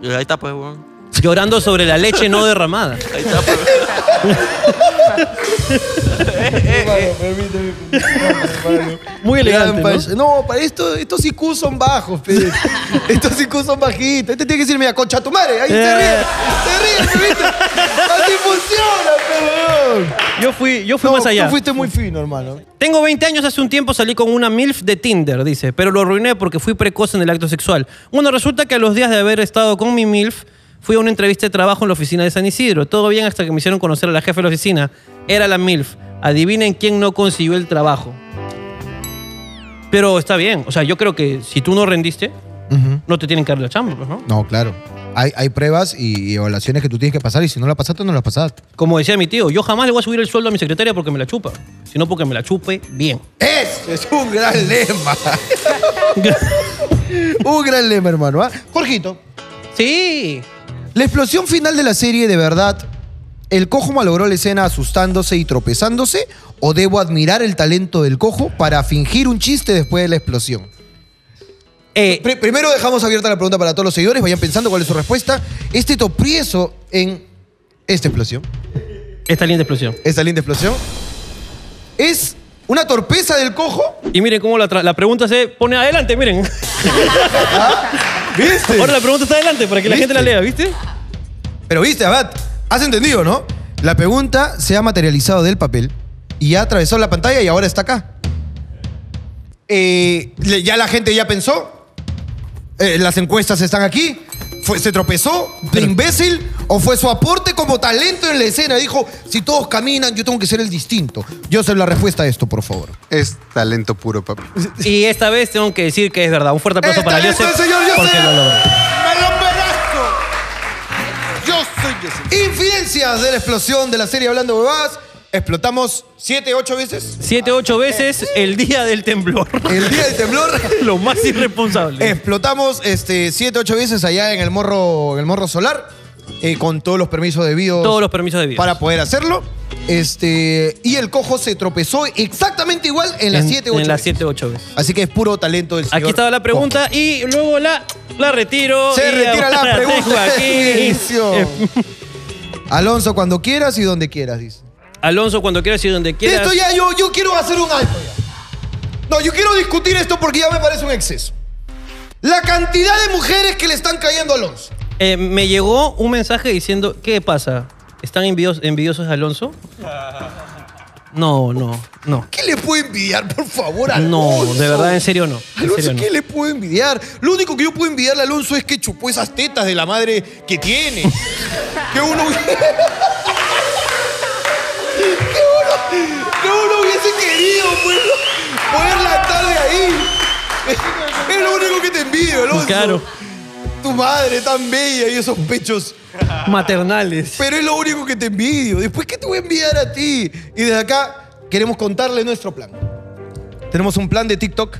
S7: Y ahí está, pues, weón.
S2: Llorando sobre la leche no derramada.
S7: Ahí está, pues.
S2: Eh, Muy elegante,
S1: Gran
S2: ¿no?
S1: pa- ¿no? para esto, estos IQ son bajos, pe. estos IQ son bajitos. Este tiene que decir, mira, concha tu madre. Ahí se
S2: Eh.
S1: ríe, se ríe, pe, ¿viste? Así funciona, pe, weón.
S2: Yo fui, yo fui
S1: No,
S2: más allá.
S1: Tú fuiste muy fino, hermano.
S2: Tengo 20 años, hace un tiempo salí con una MILF de Tinder, dice, pero lo arruiné porque fui precoz en el acto sexual. Bueno, resulta que a los días de haber estado con mi MILF, fui a una entrevista de trabajo en la oficina de San Isidro. Todo bien hasta que me hicieron conocer a la jefa de la oficina. Era la MILF. Adivinen quién no consiguió el trabajo. Pero está bien, o sea, yo creo que si tú no rendiste, no te tienen que dar la chamba, pues, ¿no?
S1: No, claro. Hay, hay pruebas y evaluaciones que tú tienes que pasar y si no la pasaste, no la pasaste.
S2: Como decía mi tío, yo jamás le voy a subir el sueldo a mi secretaria porque me la chupa, sino porque me la chupe bien.
S1: Ese es un gran lema. un gran lema, hermano. ¿ah? Jorgito,
S2: Sí.
S1: La explosión final de la serie, de verdad, ¿el cojo malogró la escena asustándose y tropezándose? ¿O debo admirar el talento del cojo para fingir un chiste después de la explosión?
S2: Eh,
S1: Pri- primero dejamos abierta la pregunta para todos los seguidores, vayan pensando cuál es su respuesta. Este tropiezo en esta explosión,
S2: esta linda explosión.
S1: esta linda explosión, ¿es una torpeza del cojo?
S2: Y miren cómo la, tra- la pregunta se pone adelante, miren.
S1: ¿Viste?
S2: Ahora la pregunta está adelante para que la gente la
S1: ¿Viste?
S2: lea, ¿viste?
S1: Pero viste, Abad, has entendido, ¿no? La pregunta se ha materializado del papel y ha atravesado la pantalla y ahora está acá. Eh, le- ya la gente ya pensó. Eh, las encuestas están aquí. Fue- ¿Se tropezó de imbécil? ¿O fue su aporte como talento en la escena? Dijo, si todos caminan, yo tengo que ser el distinto. Yo sé la respuesta a esto, por favor.
S6: Es talento puro, papi.
S2: Y esta vez tengo que decir que es verdad. Un fuerte aplauso
S1: ¡El
S2: para
S1: talento
S2: Joseph.
S1: del señor
S2: porque
S1: Joseph!
S2: lo logró.
S1: Infidencias de la explosión de la serie Hablando Huevadas. Explotamos siete, ocho veces
S2: Siete, ocho veces el día del temblor.
S1: el día del temblor.
S2: lo más irresponsable.
S1: Explotamos este, siete, ocho veces allá en el morro, en el morro solar, eh, con todos los permisos debidos.
S2: Todos los permisos de vida.
S1: Para poder hacerlo. Este, y el cojo se tropezó exactamente igual en las siete, ocho
S2: En las
S1: veces.
S2: siete, ocho veces.
S1: Así que es puro talento del señor
S2: Aquí estaba la pregunta
S1: cojo.
S2: y luego la, la retiro.
S1: Se
S2: y
S1: retira
S2: ahora
S1: la
S2: tengo
S1: pregunta.
S2: aquí.
S1: Inicio. Alonso, cuando quieras y donde quieras, dice.
S2: Alonso, cuando quieras y donde quieras.
S1: Esto ya, yo, yo quiero hacer un alto ya. No, yo quiero discutir esto porque ya me parece un exceso. La cantidad de mujeres que le están cayendo a Alonso.
S2: Eh, me llegó un mensaje diciendo, ¿qué pasa? ¿Están envidios- envidiosos de Alonso? No, no, no.
S1: ¿Qué le puedo envidiar, por favor, a Alonso?
S2: No, de verdad, en serio no. En
S1: Alonso,
S2: serio no.
S1: ¿qué le puedo envidiar? Lo único que yo puedo envidiarle a Alonso es que chupó esas tetas de la madre que tiene. que uno hubiese... que uno... que uno hubiese querido pues, poderlo, poder lanzar de ahí. es lo único que te envidio, Alonso.
S2: Claro.
S1: Tu madre tan bella y esos pechos...
S2: Maternales.
S1: Pero es lo único que te envidio. Después, ¿qué te voy a envidiar a ti? Y desde acá, queremos contarle nuestro plan. Tenemos un plan de TikTok,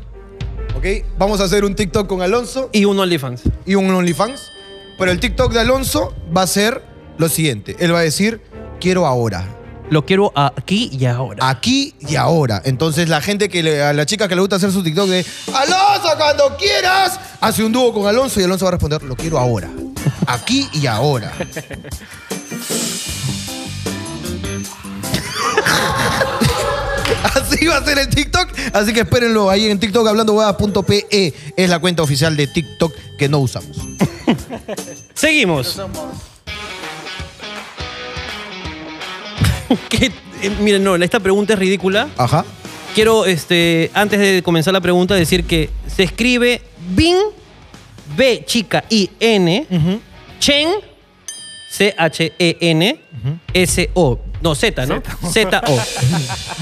S1: ¿ok? Vamos a hacer un TikTok con Alonso
S2: Y un OnlyFans.
S1: y un OnlyFans. Pero el TikTok de Alonso va a ser lo siguiente. Él va a decir, quiero ahora.
S2: Lo quiero aquí y ahora.
S1: Aquí y ahora. Entonces la gente que le- a la chica que le gusta hacer su TikTok de Alonso cuando quieras hace un dúo con Alonso y Alonso va a responder lo quiero ahora. Aquí y ahora. Así va a ser el TikTok, así que espérenlo ahí en TikTok hablandohuevadas.pe es la cuenta oficial de TikTok que no usamos.
S2: Seguimos. ¿Qué? Eh, miren, no, esta pregunta es ridícula.
S1: Ajá.
S2: Quiero, este, antes de comenzar la pregunta, decir que se escribe Bin, B chica I N, Chen, C H E N, S O, no Z, ¿no? Z O.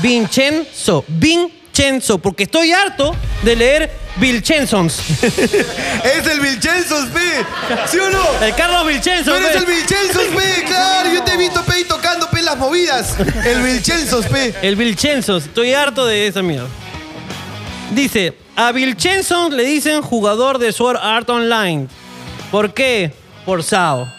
S2: Vincenzo, Vincenzo, porque estoy harto de leer Vilchensons.
S1: Es el Vilchensos, P. ¿Sí o no?
S2: El Carlos ¿eh? Vilchenzo.
S1: Tú eres
S2: pe.
S1: el Vilchensos, pe, claro. Yo te he visto, pe, y tocando, pe, las movidas. El Vilchensos, pe.
S2: El Vilchenzo, estoy harto de esa mierda. Dice, a Vilchenzo le dicen jugador de Sword Art Online. ¿Por qué? Por Sao.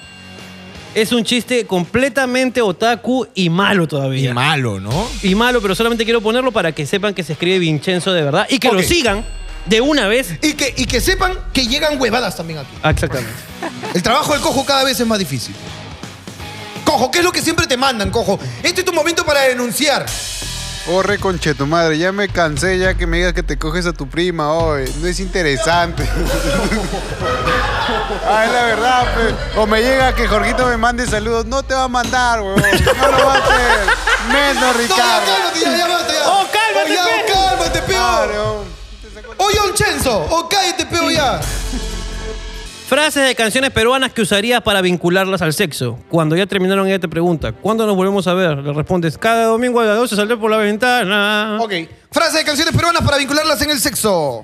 S2: Es un chiste completamente otaku y malo todavía. Y,
S1: malo, ¿no?
S2: malo, pero solamente quiero ponerlo para que sepan que se escribe Vincenzo de verdad y que lo
S1: Ok.
S2: sigan de una vez.
S1: Y que, y que sepan que llegan huevadas también aquí.
S2: Ah, Exactamente.
S1: El trabajo del cojo cada vez es más difícil. Cojo, ¿qué es lo que siempre te mandan, cojo? Este es tu momento para denunciar.
S2: Oh,
S6: Corre conche Oh, tu madre, ya me cansé ya que me digas que te coges a tu prima hoy. No es interesante. Ah, es la verdad, pe. O me llega que Jorgito me mande saludos. No te va a mandar, huevón. No lo va a hacer. Menos,
S1: No, ya,
S6: Ricardo.
S1: cálmate, ya, ya, basta, ya.
S2: Oh, cálmate,
S1: Oh, ya,
S2: pe.
S1: oh, cálmate, pe. oh.
S6: Claro.
S1: Oye, Oncenzo, o cállate, pe, oh, ya.
S2: Frases de canciones peruanas que usarías para vincularlas al sexo. Cuando ya terminaron, ella te pregunta, ¿cuándo nos volvemos a ver? Le respondes, cada domingo a las 12 saldré por la ventana.
S1: Ok. Frase de canciones peruanas para vincularlas en el sexo.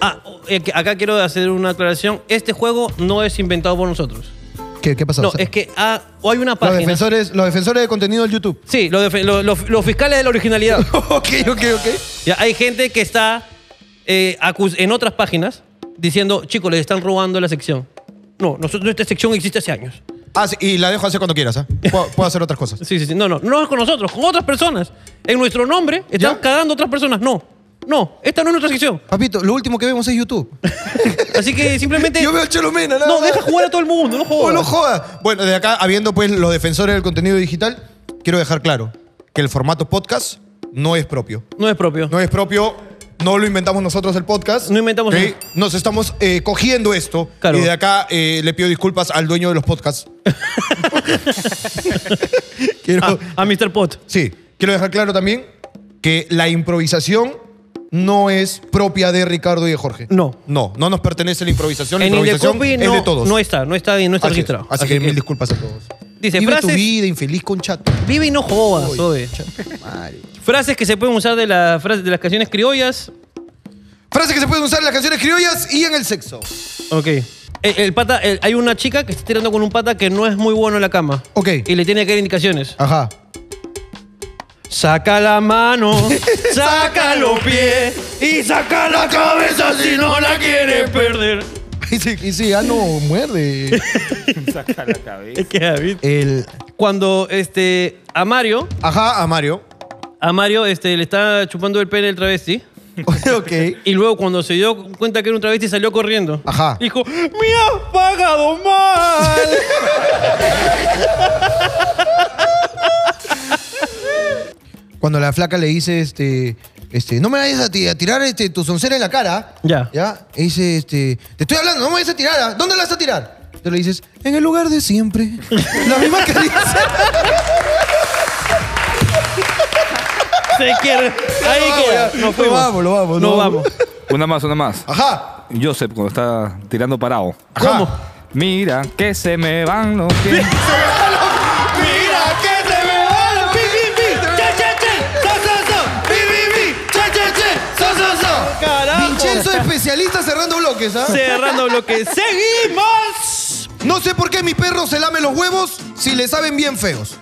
S2: Ah, eh, que acá quiero hacer una aclaración. Este juego no es inventado por nosotros.
S1: ¿Qué, qué pasó?
S2: No, es que ah, o hay una
S1: los
S2: página.
S1: defensores, los defensores de contenido del YouTube.
S2: Sí, los, defe- lo- lo- los fiscales de la originalidad.
S1: ok, ok, ok.
S2: Ya, hay gente que está eh, acus- en otras páginas diciendo, chicos, les están robando la sección. No, nosotros esta sección existe hace años.
S1: Ah, sí, y la dejo hacer cuando quieras, ¿ah? Puedo, puedo hacer otras cosas.
S2: Sí, sí, sí. No, no, no es con nosotros, con otras personas. En nuestro nombre están
S1: ¿Ya?
S2: cagando otras personas. No, no, esta no es nuestra sección.
S1: Papito, lo último que vemos es YouTube.
S2: Así que simplemente...
S1: Yo veo a Cholomena, nada
S2: no,
S1: más.
S2: deja jugar a todo el mundo, no
S1: Oh,
S2: jodas.
S1: no joda. Bueno, de acá, habiendo pues los defensores del contenido digital, quiero dejar claro que el formato podcast no es propio.
S2: No es propio.
S1: No es propio, no lo inventamos nosotros el podcast.
S2: No inventamos
S1: ¿ok?
S2: nada.
S1: Nos estamos eh, cogiendo esto.
S2: Claro.
S1: Y de acá eh, le pido disculpas al dueño de los podcasts. quiero,
S2: Ah, a Mr. Pot.
S1: Sí, quiero dejar claro también que la improvisación no es propia de Ricardo y de Jorge.
S2: No.
S1: No, no nos pertenece la improvisación. La
S2: En el de
S1: improvisación
S2: Copy
S1: es
S2: no,
S1: de todos.
S2: no está, no está, no
S1: así,
S2: está
S1: es.
S2: registrado.
S1: Así que, mil disculpas a todos.
S2: Dice,
S1: Vive tu
S2: frases-
S1: vida infeliz con chat.
S2: Vive y no jodas, oye. Frases que se pueden usar de, la, frase- de las canciones criollas.
S1: Frases que se pueden usar en las canciones criollas y en el sexo.
S2: Ok. El, el pata, el- hay una chica que está tirando con un pata que no es muy bueno en la cama.
S1: Ok.
S2: Y le tiene que dar indicaciones.
S1: Ajá.
S2: Saca la mano, saca los pies y saca la cabeza si no la quieres perder.
S1: Y si, y si ya no muerde.
S4: Saca la cabeza.
S2: Es que, David,
S1: El.
S2: Cuando este, a Mario,
S1: Ajá, a Mario.
S2: a Mario este, le está chupando el pene el travesti.
S1: ok.
S2: Y luego cuando se dio cuenta que era un travesti salió corriendo.
S1: Ajá.
S2: Dijo, me has pagado mal.
S1: Cuando la flaca le dice, este, este, no me vayas a, ti- a tirar este, tu soncera en la cara.
S2: Ya.
S1: Ya. Y dice, este, te estoy hablando, no me vayas a tirar. ¿ah? ¿Dónde la vas a tirar? Tú le dices, en el lugar de siempre. la misma que dice.
S2: Se quiere. Ahí
S1: vamos,
S2: queda.
S1: ya.
S2: Nos fuimos.
S1: Lo vamos, lo vamos,
S2: Nos
S1: lo
S2: vamos.
S1: vamos.
S4: Una más, una más.
S1: Ajá.
S4: Joseph cuando está tirando parado.
S1: ajá.
S2: ¿Cómo?
S4: Mira que se me van los pies.
S1: Mira que te me va la pi, pi, pi. Cha, cha, cha. So, so, so. Pi, pi, pi. Cha, cha, cha. So, so, so. Ah,
S2: Carajo.
S1: Vincenzo, especialista cerrando bloques, ¿ah?
S2: Cerrando lo que seguimos.
S1: No sé por qué mi perro se lame los huevos si le saben bien feos.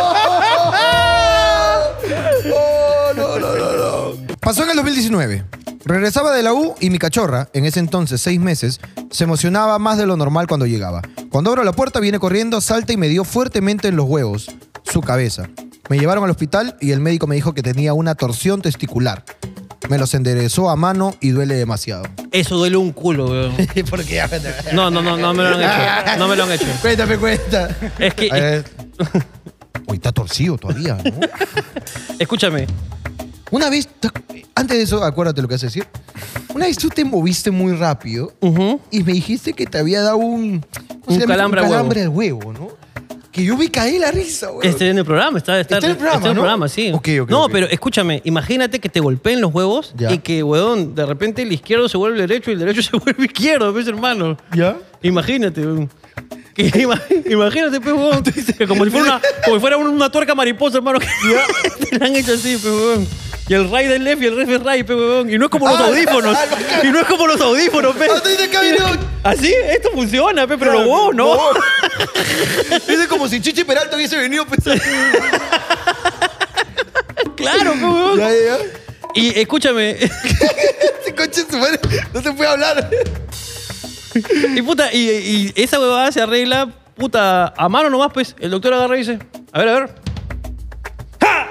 S1: Oh, Pasó en el 2019. Regresaba de la U y mi cachorra, en ese entonces seis meses, se emocionaba más de lo normal cuando llegaba. Cuando abro la puerta viene corriendo, salta y me dio fuertemente en los huevos, su cabeza. Me llevaron al hospital y el médico me dijo que tenía una torsión testicular. Me los enderezó a mano y duele demasiado.
S2: Eso duele un culo, weón.
S1: Porque ya
S2: No, no, no, no me lo han hecho. No me lo han hecho.
S1: Cuéntame, cuenta.
S2: Es que-
S1: Uy, está torcido todavía, ¿no?
S2: Escúchame.
S1: Una vez, te ac- antes de eso, acuérdate lo que vas a decir. Una vez tú te moviste muy rápido y me dijiste que te había dado un, ¿cómo se
S2: Un
S1: llama?
S2: calambre al
S1: un
S2: huevo.
S1: calambre al huevo, ¿no? Que yo me caí la risa, güey.
S2: Este en el programa, está, está,
S1: Está en el programa,
S2: está en el
S1: ¿no?
S2: programa, sí.
S1: Ok, ok,
S2: no,
S1: ok.
S2: pero escúchame, imagínate que te golpeen los huevos
S1: Ya.
S2: y que, weón, de repente el izquierdo se vuelve derecho y el derecho se vuelve izquierdo, ¿ves, hermano?
S1: ¿Ya?
S2: Imagínate, weón. Que ima- imagínate, pues, weón. que Como si fuera una, como si fuera una tuerca mariposa, hermano. que te la han hecho así, pues, weón. Y el ray del left y el ref del ray, pues, weón. Y no es como los
S1: Ah,
S2: audífonos.
S1: ah, bacán.
S2: y no es como los audífonos, pe.
S1: Ah, te dice que había ido-
S2: Así, esto funciona, pe, pero los huevos no.
S1: Es como si Chichi Peralta hubiese venido pues. pensando.
S2: Claro, pues, weón.
S1: ya, ya.
S2: Y escúchame.
S1: Ese coche su madre, no se puede hablar.
S2: Y puta, y, y esa huevada se arregla, puta, a mano nomás, pues. El doctor agarra y dice, a ver, a ver. ¡Ja!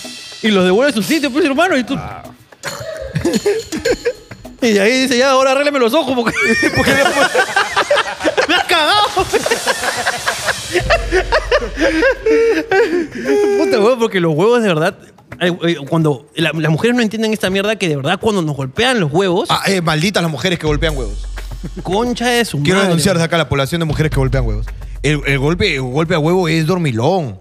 S2: y los devuelve a su sitio, pues, hermano, y tú...
S1: Ah.
S2: y de ahí dice, ya, ahora arréglame los ojos porque... porque no puedo". ¡Me has cagado! puta, huevo, porque los huevos de verdad... eh, eh, Cuando la- las mujeres no entienden esta mierda, que de verdad cuando nos golpean los huevos,
S1: Ah, eh, malditas las mujeres que golpean huevos.
S2: concha de su
S1: Quiero
S2: madre.
S1: denunciar desde acá a la población de mujeres que golpean huevos. El, el golpe, el golpe a huevo es dormilón.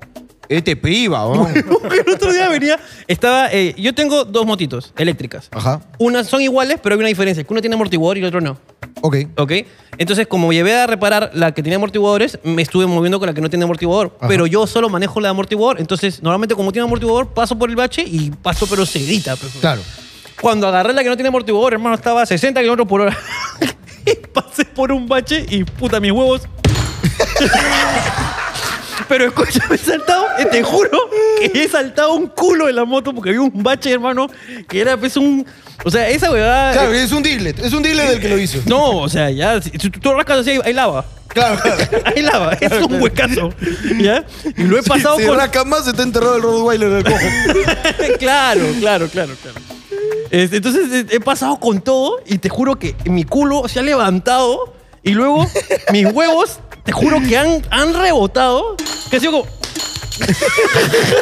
S1: Este priva, ¿no?
S2: el otro día venía, estaba, eh, yo tengo dos motitos eléctricas.
S1: Ajá.
S2: Unas son iguales, pero hay una diferencia, que una tiene amortiguador y el otro no.
S1: Ok.
S2: ¿Ok? Entonces, como llevé a reparar la que tenía amortiguadores, me estuve moviendo con la que no tiene amortiguador.
S1: Ajá.
S2: Pero yo solo manejo la de amortiguador. Entonces, normalmente como tiene amortiguador, paso por el bache y paso pero seguidita. pues.
S1: Claro.
S2: Cuando agarré la que no tiene amortiguador, hermano, estaba a 60 kilómetros por hora. y pasé por un bache y puta, mis huevos. Pero escúchame, he saltado, eh, te juro que he saltado un culo de la moto porque vi un bache, hermano, que era pues un. O sea, esa huevada.
S1: Claro,
S2: eh,
S1: es un diglet. Es un diglet del que lo hizo.
S2: no, o sea, ya. Si si tú, tú rascas así, hay- hay lava.
S1: Claro.
S2: Hay lava, es un huecazo. ¿Ya? Y lo he pasado
S1: si
S2: con.
S1: rasca más, se está enterrado el Rottweiler del cojo.
S2: claro, claro, claro, claro. Este, entonces eh, he pasado con todo y te juro que mi culo se ha levantado y luego mis huevos, te juro que han, han rebotado. Que ha sido como.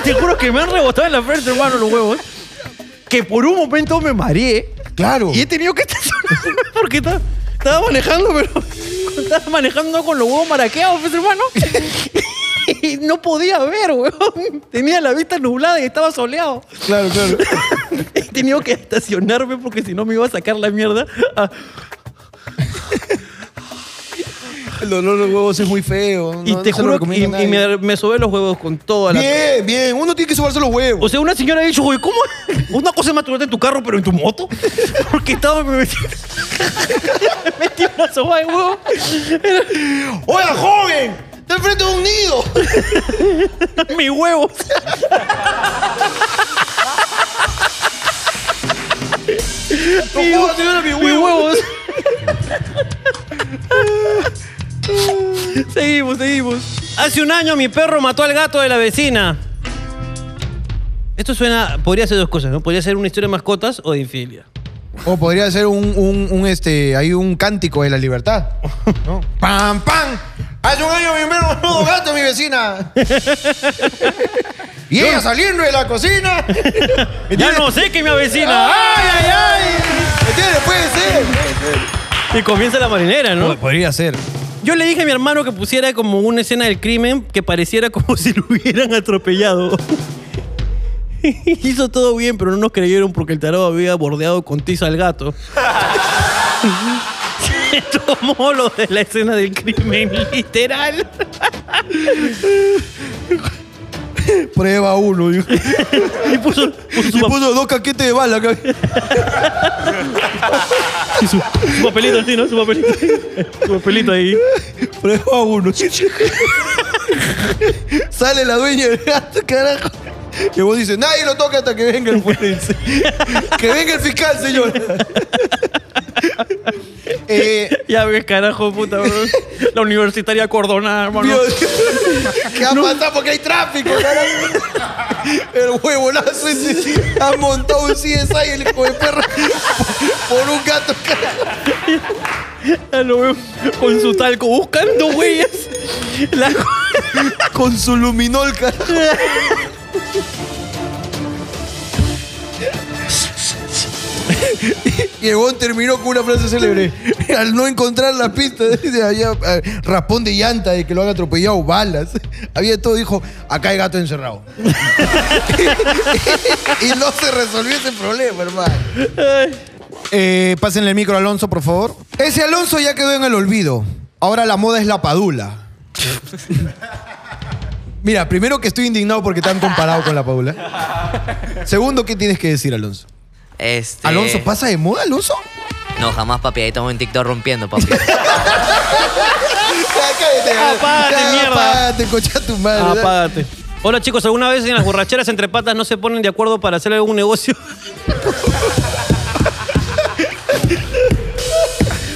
S2: te juro que me han rebotado en la frente, hermano, los huevos. Que por un momento me mareé.
S1: Claro.
S2: Y he tenido que estacionarme porque estaba, estaba manejando, pero estaba manejando con los huevos maraqueados, pues, hermano. Y no podía ver, weón. Tenía la vista nublada y estaba soleado.
S1: Claro, claro.
S2: He tenido que estacionarme porque si no me iba a sacar la mierda. Ah,
S1: El dolor de los huevos es muy feo. no-
S2: y
S1: no
S2: te
S1: se lo
S2: juro que y,
S1: recomiendo a
S2: y
S1: nadie.
S2: me, me sobé los huevos con toda la...
S1: Bien, bien. Uno tiene que sobarse los
S2: O
S1: huevos.
S2: sea, una señora ha dicho, güey, ¿cómo? Una cosa es maturarte en tu carro, pero en tu moto. Porque estaba... Me metí, me metí una soba de huevo.
S1: ¡Hola, joven! ¡Está enfrente de un nido!
S2: mis huevos. mis huevos, mis huevos. seguimos, seguimos. Hace un año mi perro mató al gato de la vecina. Esto suena, podría ser dos cosas, ¿no? Podría ser una historia de mascotas o de infilia.
S1: O podría ser un, un, un, este, hay un cántico de la libertad. ¿no? ¡Pam, pam! Hace un año me enviaron un nuevo gato, mi vecina. y ella saliendo de la cocina. ¿Me
S2: Ya
S1: entiendes?
S2: no sé qué me avecina.
S1: ¡Ay, ay, ay! ¿Me entiendes? Puede ser.
S2: Y comienza la marinera, ¿no?
S1: Podría ser.
S2: Yo le dije a mi hermano que pusiera como una escena del crimen que pareciera como si lo hubieran atropellado. Hizo todo bien, pero no nos creyeron porque el tarado había bordeado con tiza al gato. Se tomó lo de la escena del crimen, literal.
S1: Prueba uno, dijo.
S2: Y puso, puso su,
S1: Y
S2: pap-
S1: puso dos caquetes de bala acá.
S2: y su- su papelito así, ¿no? Su papelito. Su papelito ahí.
S1: Prueba uno. Sale la dueña del gato, carajo. Que vos dices, nadie lo toca hasta que venga el forense. que venga el fiscal, señor. eh,
S2: Ya ves, carajo, puta, bro. La universitaria cordona, hermano.
S1: Dios. ¿Qué ha pasado? Porque hay tráfico, carajo. El huevonazo ese ha montado un CSI el hijo de perra por un gato. carajo.
S2: Ya lo veo con su talco buscando huellas. La-
S1: Con su luminol, carajo. Y el huevón terminó con una frase célebre. Al no encontrar la pista, dice, había eh, raspón de llanta de que lo han atropellado, balas. Había de todo, dijo, acá hay gato encerrado. y no se resolvió ese problema, hermano. Eh, pásenle el micro a Alonso, por favor. Ese Alonso ya quedó en el olvido. Ahora la moda es la padula. Mira, primero que estoy indignado porque te han comparado con la padula. Segundo, ¿qué tienes que decir, Alonso?
S8: Este.
S1: Alonso, ¿pasa de moda, Alonso?
S8: No, jamás, papi. Ahí estamos en TikTok rompiendo, papi.
S1: Cállate,
S2: Apágate,
S1: ya,
S2: mierda.
S1: Apágate, cocha tu madre.
S2: Apágate. Hola chicos, ¿alguna vez en las borracheras entre patas no se ponen de acuerdo para hacer algún negocio?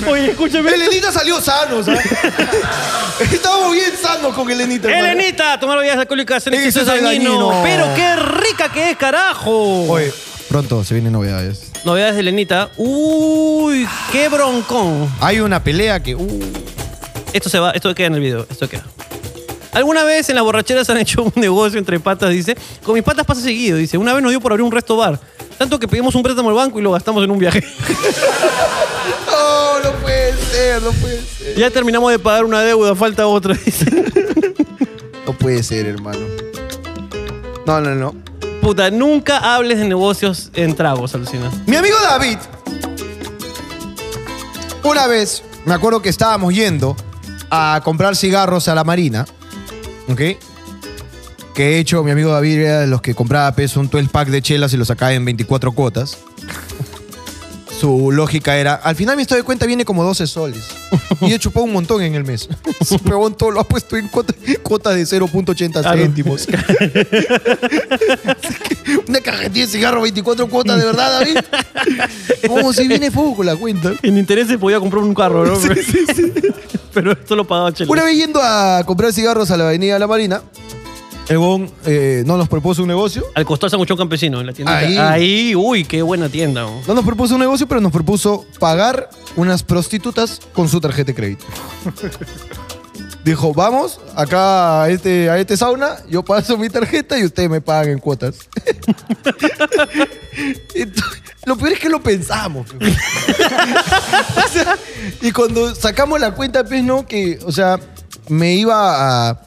S2: Oye, escúchame.
S1: Elenita salió sano, ¿sabes? Estábamos bien sanos con Elenita. hermano.
S2: Elenita, tomar bebidas alcohólicas en
S1: Ese
S2: exceso es
S1: es el
S2: dañino.
S1: dañino.
S2: Pero qué rica que es, carajo.
S1: Oye, pronto se vienen novedades.
S2: Novedades de Elenita. Uy, qué broncón.
S1: Hay una pelea que. uh,
S2: Esto se va, esto queda en el video, esto queda. ¿Alguna vez en las borracheras han hecho un negocio entre patas? Dice, con mis patas pasa seguido. Dice, una vez nos dio por abrir un resto bar. Tanto que pedimos un préstamo al banco y lo gastamos en un viaje.
S1: No, no puede ser, no puede ser.
S2: ya terminamos de pagar una deuda, falta otra. Dice,
S1: No puede ser, hermano. No, no, no.
S2: puta, nunca hables de negocios en tragos, alucinas.
S1: Mi amigo David, una vez me acuerdo que estábamos yendo a comprar cigarros a la Marina, ¿ok? Que de hecho mi amigo David era de los que compraba peso un 12 pack de chelas y lo sacaba en 24 cuotas. Su lógica era, al final mi estado de cuenta viene como 12 soles. Y he chupado un montón en el mes. Su huevón todo lo ha puesto en cuota- cuotas de 0.80
S2: Claro.
S1: céntimos. Una cajetilla de cigarro, 24 cuotas, ¿de verdad, David? Como si viene fuego con la cuenta.
S2: En intereses podía comprar un carro, ¿no? Pero esto lo pagaba Chelo.
S1: Una vez yendo a comprar cigarros a la avenida La Marina, el Bon eh, no nos propuso un negocio.
S2: Al costado de Sanguchón Campesino, en la tienda.
S1: Ahí.
S2: uy, qué buena tienda. ¿no?
S1: No nos propuso un negocio, pero nos propuso pagar unas prostitutas con su tarjeta de crédito. Dijo, vamos acá a este, a este sauna, yo paso mi tarjeta y ustedes me pagan en cuotas. Entonces, lo peor es que lo pensamos. pe. O sea, y cuando sacamos la cuenta, pues, ¿no? Que, o sea, me iba a,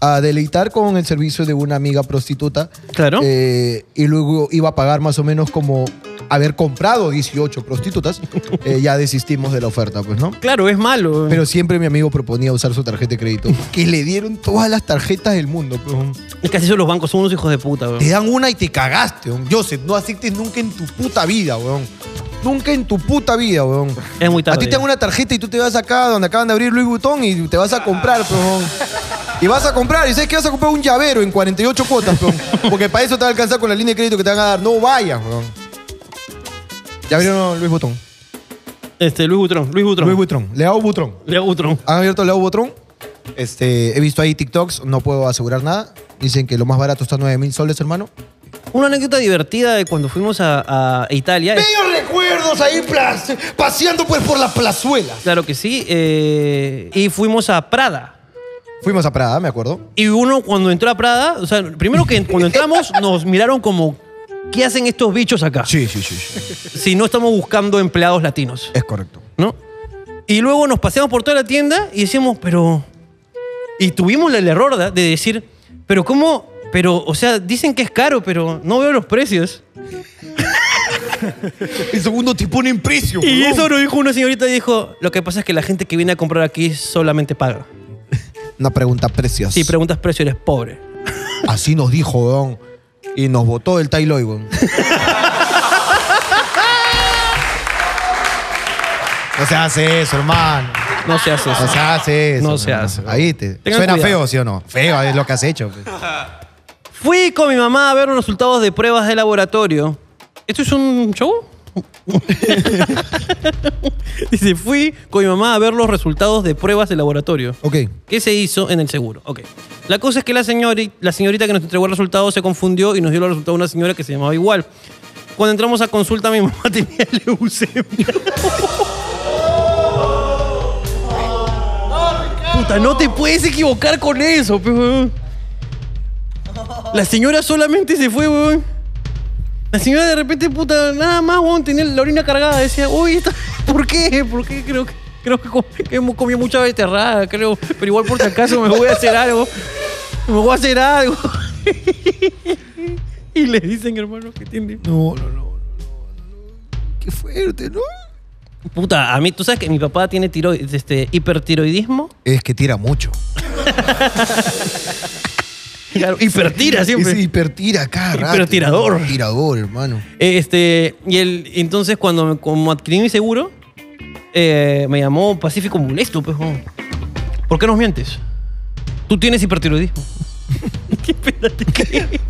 S1: a deleitar con el servicio de una amiga prostituta.
S2: Claro.
S1: Eh, y luego iba a pagar más o menos como haber comprado 18 prostitutas. Eh, ya desistimos de la oferta, pues, ¿no?
S2: Claro, es malo.
S1: Pero siempre mi amigo proponía usar su tarjeta de crédito. Que le dieron todas las tarjetas del mundo. pues.
S2: es que así son los bancos, son unos hijos de puta, weón.
S1: Te dan una y te cagaste, weón. Joseph, no aceptes nunca en tu puta vida, weón. Nunca en tu puta vida, weón.
S2: Es muy tarde
S1: A ti te
S2: ya.
S1: dan una tarjeta y tú te vas acá donde acaban de abrir Louis Vuitton y te vas a comprar, pues, weón. Y vas a comprar, y sabes que vas a comprar un llavero en 48 cuotas, weón. Porque para eso te va a alcanzar con la línea de crédito que te van a dar. No vayas, weón. Llavero no, Luis Butón.
S2: Este, Luis Butrón, Luis Butrón.
S1: Luis Butrón. Leao Butrón.
S2: Leo Butrón.
S1: Han abierto Leao Butrón. Este, he visto ahí TikToks, no puedo asegurar nada. Dicen que lo más barato está 9 mil soles, hermano.
S2: Una anécdota divertida de cuando fuimos a, a Italia.
S1: Bellos recuerdos ahí plas- paseando pues por la plazuela.
S2: Claro que sí. eh, y fuimos a Prada.
S1: Fuimos a Prada, me acuerdo.
S2: Y uno cuando entró a Prada, o sea, primero que cuando entramos nos miraron como, ¿qué hacen estos bichos acá?
S1: Sí, sí, sí. sí.
S2: Si no estamos buscando empleados latinos,
S1: Es correcto.
S2: ¿no? Y luego nos paseamos por toda la tienda y decimos, pero... Y tuvimos el error de de decir, pero ¿cómo? Pero, o sea, dicen que es caro, pero no veo los precios.
S1: El segundo te ponen precio.
S2: Y
S1: huevón.
S2: eso lo dijo una señorita y dijo, lo que pasa es que la gente que viene a comprar aquí solamente paga.
S1: Una pregunta preciosa.
S2: Si preguntas precio, eres pobre.
S1: Así nos dijo, weón. Y nos votó el Tai Loi, weón. No se hace eso, hermano.
S2: No se hace eso.
S1: No se hace eso.
S2: No se
S1: hermano.
S2: hace.
S1: Ahí te.
S2: Tengan
S1: Suena
S2: cuidado.
S1: feo, ¿sí o no? Feo es lo que has hecho. pues.
S2: Fui con mi mamá a ver los resultados de pruebas de laboratorio. ¿Esto es un show? Dice, fui con mi mamá a ver los resultados de pruebas de laboratorio.
S1: Ok.
S2: ¿Qué se hizo en el seguro? Ok. La cosa es que la, señori- la señorita que nos entregó el resultado se confundió y nos dio los resultados de una señora que se llamaba igual. Cuando entramos a consulta, mi mamá tenía leucemia. Puta, no te puedes equivocar con eso, pe, weón. La señora solamente se fue, weón. La señora de repente, puta, nada más, weón, tenía la orina cargada. Decía, uy, esta- ¿por qué? ¿Por qué? Creo que, creo que, com- que hemos comido mucha beterrada, creo. Pero igual, por si acaso, me voy a hacer algo. Me voy a hacer algo. y le dicen, hermano, que tiene.
S1: No, no, no. Qué fuerte, ¿no?
S2: Puta, a mí, tú sabes que mi papá tiene tiro, este, hipertiroidismo.
S1: Es que tira mucho.
S2: Claro, hipertira siempre.
S1: Es hipertira cada rato.
S2: Hipertirador.
S1: Tirador, hermano.
S2: Este, y el, entonces cuando me- como adquirí mi seguro, eh, me llamó Pacífico Molesto, pues. weón. ¿Por qué nos mientes? Tú tienes hipertiroidismo. Espérate, ¿qué?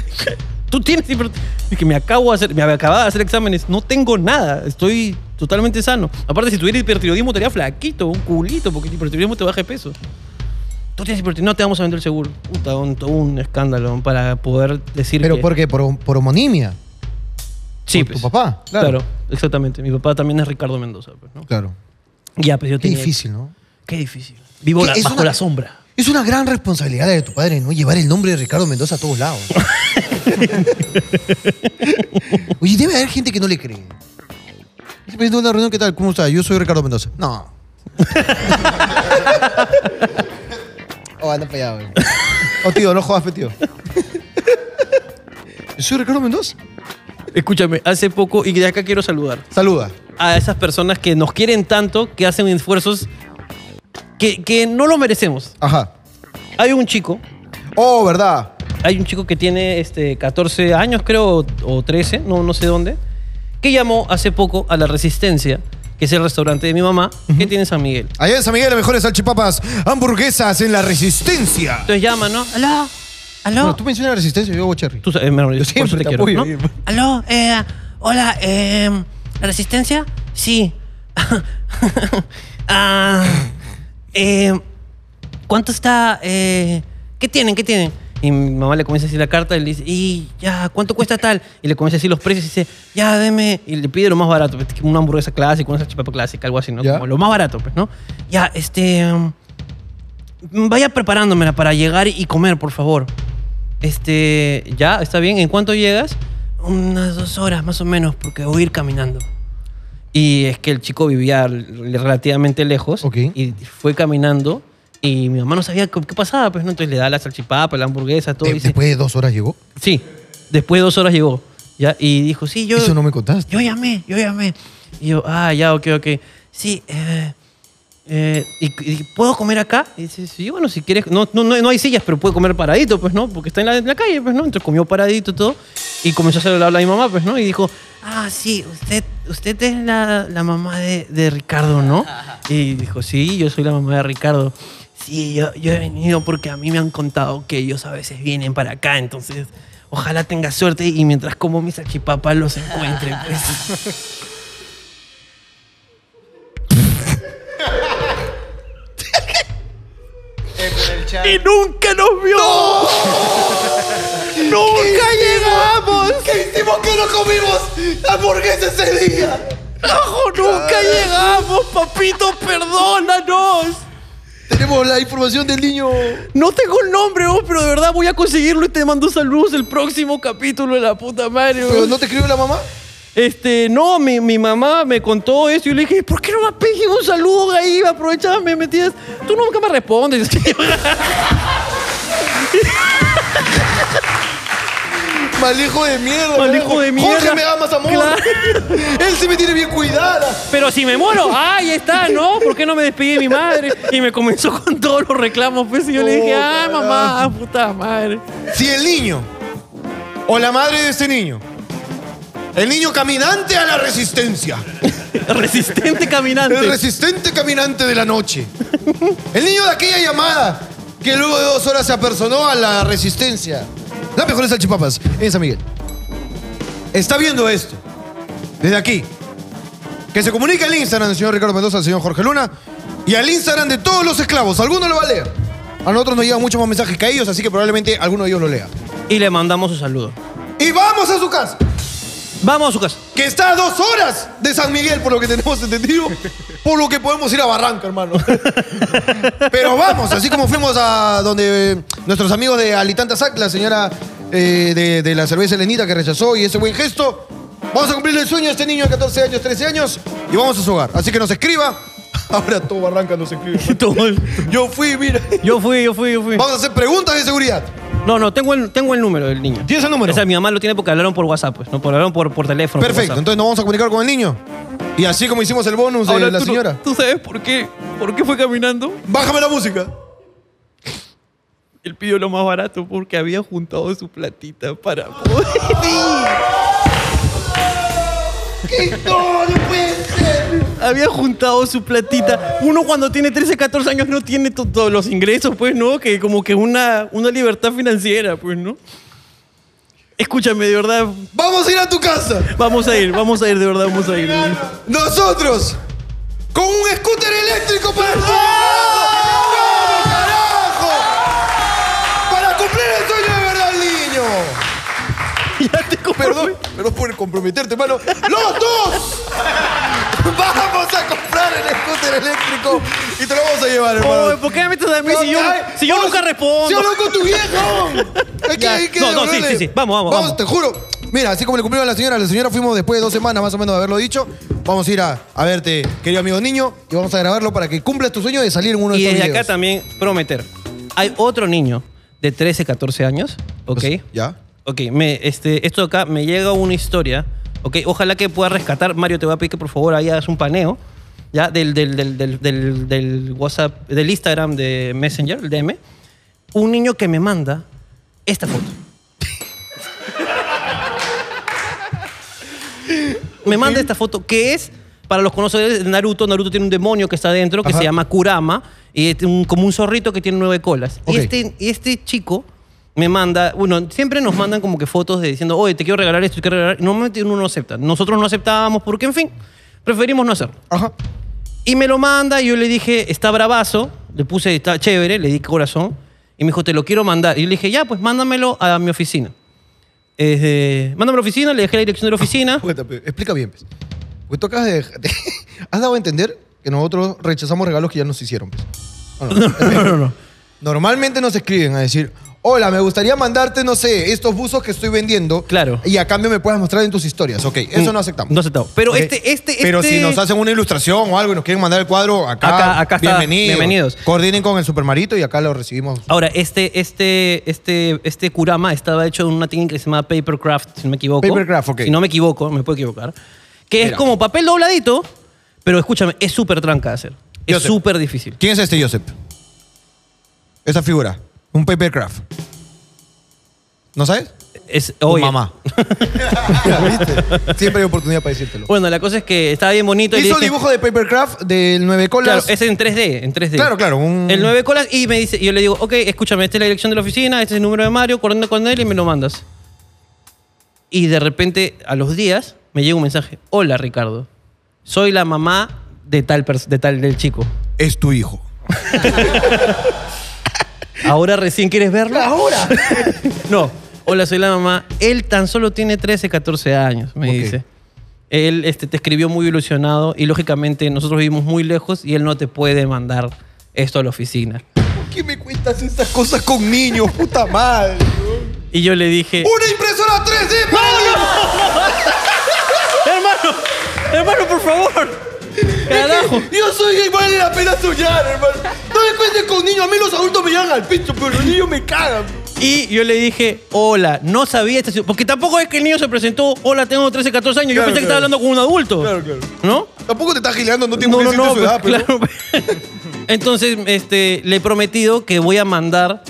S2: Tú tienes hipertiroidismo. Es que me acabo de hacer, me acababa de hacer exámenes. No tengo nada. Estoy totalmente sano. Aparte, si tuviera hipertiroidismo, estaría flaquito, un culito, porque el hipertiroidismo te baja de peso. Tú tienes hipertiroidismo, no te vamos a vender el seguro. Puta, un, todo un escándalo para poder decir
S1: ¿Pero
S2: que-
S1: por qué? ¿Por, por homonimia?
S2: Sí,
S1: ¿Por tu
S2: pues.
S1: papá?
S2: Claro. exactamente. Mi papá también es Ricardo Mendoza. pues, ¿no?
S1: Claro.
S2: Ya, pero yo
S1: Qué
S2: tenía...
S1: difícil, ¿no?
S2: Qué difícil. Vivo la-
S1: Es
S2: bajo
S1: una-
S2: la sombra.
S1: Es una gran responsabilidad de tu padre, ¿no? Llevar el nombre de Ricardo Mendoza a todos lados. Oye, debe haber gente que no le cree. Siempre en una reunión, ¿qué tal? ¿Cómo está? Yo soy Ricardo Mendoza. No. oh, anda para allá, güey. Oh, tío, no jodas, pe, tío. Yo soy Ricardo Mendoza.
S2: Escúchame, hace poco, y de acá quiero saludar
S1: Saluda.
S2: a esas personas que nos quieren tanto, que hacen esfuerzos que, que no lo merecemos.
S1: Ajá.
S2: Hay un chico,
S1: Oh, ¿verdad?
S2: hay un chico que tiene este, 14 años, creo, o- o 13, no, no sé dónde, que llamó hace poco a La Resistencia, que es el restaurante de mi mamá, que tiene en San Miguel.
S1: Allá en San Miguel, las mejores salchipapas, hamburguesas en la resistencia.
S2: Entonces llama, ¿no?
S3: Aló,
S1: Bueno,
S3: aló,
S1: tú mencionas la resistencia, yo hago cherry.
S2: Tú sabes, hermano, yo,
S1: Yo
S2: por eso
S1: siempre te,
S2: te quiero,
S1: apoyo.
S2: ¿no?
S1: bien.
S3: aló, eh, hola, eh, ¿la resistencia?
S2: Sí. Ah, eh, ¿Cuánto está? eh, ¿Qué tienen? ¿Qué tienen? Y mi mamá le comienza a decir la carta y le dice, ¿y ya cuánto cuesta tal? Y le comienza a decir los precios y dice, ya deme. Y le pide lo más barato, pues, una hamburguesa clásica, una salchipapa clásica, algo así, ¿no?
S1: Ya.
S2: Como lo más barato, pues, ¿no? Ya, este. um, Vaya preparándomela para llegar y comer, por favor. Este. Ya, está bien. ¿En cuánto llegas? Unas dos horas más o menos, porque voy a ir caminando. Y es que el chico vivía l- relativamente lejos
S1: Ok.
S2: y fue caminando y mi mamá no sabía qué, qué pasaba, pues ¿no? entonces le da la salchipapa, la hamburguesa, todo. y
S1: Eh,
S2: dice,
S1: Después de dos horas llegó.
S2: sí, después de dos horas llegó ya y dijo, sí, yo,
S1: Eso no me contaste.
S2: yo llamé, yo llamé. Y yo, ah, ya, ok, ok. Sí, eh, eh, y, y ¿puedo comer acá? Y dice, sí, bueno, si quieres. No, no, no no hay sillas, pero puede comer paradito, pues, ¿no? Porque está en la, en la calle, pues, ¿no? Entonces comió paradito todo y comenzó a hacer habla a mi mamá, pues, ¿no? Y dijo, ah, sí, usted, usted es la, la mamá de, de Ricardo, ¿no? Y dijo, sí, yo soy la mamá de Ricardo. Sí, yo, yo he venido porque a mí me han contado que ellos a veces vienen para acá, entonces ojalá tenga suerte y mientras como mis salchipapa los encuentre, pues. y nunca nos vio.
S1: ¡Nunca llegamos! ¿Qué hicimos que no comimos hamburguesa ese día?
S2: ¡Carajo, nunca llegamos, papito, perdónanos.
S1: Tenemos la información del niño.
S2: No tengo el nombre, oh, pero de verdad voy a conseguirlo y te mando saludos el próximo capítulo de la puta madre. oh.
S1: ¿Pero no te escribió la mamá?
S2: Este, no, mi, mi mamá me contó eso y yo le dije, ¿por qué no me pedí un saludo ahí? Aprovechaba, me metías. Tú nunca me respondes.
S1: Malejo de mierda.
S2: Mal
S1: carajo.
S2: hijo de mierda.
S1: Jorge me ama, amor.
S2: Claro.
S1: Él sí me tiene bien cuidada.
S2: Pero si me muero, ahí está, ¿no? ¿Por qué no me despedí de mi madre? Y me comenzó con todos los reclamos, pues, y yo le dije,
S1: Oh,
S2: ah, mamá, puta madre.
S1: Si el niño o la madre de ese niño, el niño caminante a la resistencia,
S2: Resistente
S1: el
S2: caminante.
S1: resistente caminante de la noche, el niño de aquella llamada que luego de dos horas se apersonó a la resistencia. las mejores salchipapas en San Miguel, está viendo esto desde aquí, que se comunica al Instagram del señor Ricardo Mendoza, al señor Jorge Luna, y al Instagram de todos los esclavos. Alguno lo va a leer. A nosotros nos llegan muchos más mensajes que a ellos, así que probablemente alguno de ellos lo lea.
S2: Y le mandamos un saludo.
S1: Y vamos a su casa,
S2: Vamos a su casa.
S1: que está a dos horas de San Miguel, por lo que tenemos entendido, por lo que podemos ir a Barranca, hermano. Pero vamos, así como fuimos a donde eh, nuestros amigos de Alitanta Sac, la señora eh, de, de la cerveza Lenita que rechazó y ese buen gesto, vamos a cumplir el sueño de este niño de 14 años, 13 años, y vamos a su hogar. Así que nos escriba. Ahora todo Barranca nos escribe. Yo fui, mira.
S2: Yo fui, yo fui, yo fui.
S1: Vamos a hacer preguntas de seguridad.
S2: No, no, tengo el, tengo el número del niño.
S1: ¿Tienes el número?
S2: O sea, mi mamá lo tiene porque hablaron por WhatsApp, pues. No, por, hablaron por, por teléfono. por
S1: Perfecto,
S2: WhatsApp.
S1: entonces nos vamos a comunicar con el niño. Y así como hicimos el bonus de
S7: Ahora,
S1: la
S7: tú no-
S1: señora.
S7: ¿Tú sabes por qué? ¿Por qué fue caminando?
S1: Bájame la música.
S7: Él pidió lo más barato porque había juntado su platita para poder.
S1: No, no puede ser.
S2: Había juntado su platita. Uno cuando tiene 13, 14 años no tiene to- todos los ingresos, pues, ¿no? Que como que una, una libertad financiera, pues, ¿no? Escúchame, de verdad,
S1: Vamos a ir a tu casa.
S2: vamos a ir, vamos a ir, de verdad, vamos a ir.
S1: Nosotros. Con un scooter eléctrico para el sueño. ¡No, carajo! Para cumplir el sueño de verdad, del niño.
S2: Ya te compro-
S1: Perdón, perdón por comprometerte, hermano. ¡Los dos! Vamos a comprar el scooter eléctrico y te lo vamos a llevar, hermano.
S2: Oye, ¿Por qué me metes a mí
S1: No,
S2: si yo,
S1: ay,
S2: si yo
S1: vos,
S2: nunca respondo?
S1: Si yo loco tu viejo. Hay que,
S2: Ya.
S1: hay que
S2: No, no, sí,
S1: devolverle.
S2: sí, sí. Vamos, vamos, vamos.
S1: te juro. Mira, así como le cumplieron a la señora, la señora fuimos después de dos semanas más o menos de haberlo dicho. Vamos a ir a, a verte, querido amigo niño, y vamos a grabarlo para que cumplas tu sueño de salir en uno de
S2: Y
S1: estos
S2: desde
S1: videos.
S2: acá también prometer. Hay otro niño de 13, 14 años, ¿ok?
S1: ¿Ya?
S2: Ok, me, este, esto acá me llega una historia, ¿ok? Ojalá que pueda rescatar. Mario, te voy a pedir que por favor ahí hagas un paneo, ¿ya? Del, del, del, del, del, del WhatsApp, del Instagram de Messenger, el DM. Un niño que me manda esta foto. me manda esta foto que es... Para los conocedores de Naruto, Naruto tiene un demonio que está adentro que
S1: Ajá.
S2: se llama Kurama, y es un- como un zorrito que tiene nueve colas.
S1: Ok.
S2: Y este y este chico me manda, bueno, siempre nos mandan como que fotos de diciendo, oye, te quiero regalar esto, te quiero regalar. y Normalmente uno no acepta. Nosotros no aceptábamos porque, en fin, preferimos no hacerlo.
S1: Ajá.
S2: Y me lo manda y yo le dije, está bravazo, le puse, está chévere, le di corazón. Y me dijo, te lo quiero mandar. Y yo le dije, ya, pues mándamelo a mi oficina. Este, mándame a la oficina, le dejé la dirección de la oficina.
S1: Cuenta, pe, Explica bien. Pues. Porque tú acabas de. de- has dado a entender que nosotros rechazamos regalos que ya nos hicieron. Pues. ¿O no? Normalmente nos escriben a decir. Hola, me gustaría mandarte, no sé, estos buzos que estoy vendiendo.
S2: Claro.
S1: Y a cambio me puedas mostrar en tus historias. Ok, eso no aceptamos.
S2: No aceptamos. Pero
S1: Ok.
S2: este, este,
S1: Pero
S2: este-
S1: si nos hacen una ilustración o algo y nos quieren mandar el cuadro, acá,
S2: Acá- acá está.
S1: bienvenidos.
S2: Bienvenidos.
S1: Coordinen con el supermarito y acá lo recibimos.
S2: Ahora, este, este, este, este Kurama estaba hecho en una técnica que se llama Papercraft, si no me equivoco.
S1: Papercraft, ok.
S2: Si no me equivoco, me puedo equivocar. Que es
S1: Mira.
S2: como papel dobladito, pero escúchame, es súper tranca de hacer.
S1: Yo
S2: Es
S1: sé.
S2: súper difícil.
S1: ¿Quién es este, Joseph? Esa figura. Un papercraft. ¿No sabes?
S2: Es,
S1: Tu
S2: oye,
S1: mamá. Ya, ¿viste? Siempre hay oportunidad para decírtelo.
S2: Bueno, la cosa es que estaba bien bonito. y le
S1: Hizo el
S2: dije-
S1: dibujo de papercraft del 9
S2: Claro,
S1: colas.
S2: es en 3D, en 3D.
S1: Claro, claro, un-
S2: El 9 colas y me dice, y yo le digo, ok, escúchame, esta es la dirección de la oficina, este es el número de Mario, coordina con él y me lo mandas. Y de repente, a los días, me llega un mensaje. Hola, Ricardo. Soy la mamá de tal, pers- de tal del chico.
S1: Es tu hijo.
S2: ¿Ahora recién quieres verlo? ¿Ahora? no. Hola, soy la mamá. Él tan solo tiene 13, 14 años, me
S1: Ok.
S2: dice. Él este, te escribió muy ilusionado y lógicamente nosotros vivimos muy lejos y él no te puede mandar esto a la oficina.
S1: ¿Por qué me cuentas estas cosas con niños, puta madre?
S2: Y yo le dije,
S1: ¡Una impresora 3D para el niño!
S2: hermano, hermano, por favor. Carajo.
S1: Yo soy gay, vale la pena soñar, hermano. No me cuentes con niños, a mí los adultos me llegan al picho, pero los niños me cagan.
S2: Y yo le dije, hola, no sabía esta situ- Porque tampoco es que el niño se presentó, hola, tengo 13, 14 años. yo
S1: Claro,
S2: pensé que estaba
S1: claro.
S2: hablando con un adulto.
S1: Claro, claro.
S2: ¿No?
S1: Tampoco te estás gileando, no tienes que decirte su
S2: pues,
S1: edad, pero.
S2: claro. Entonces, este, le he prometido que voy a mandar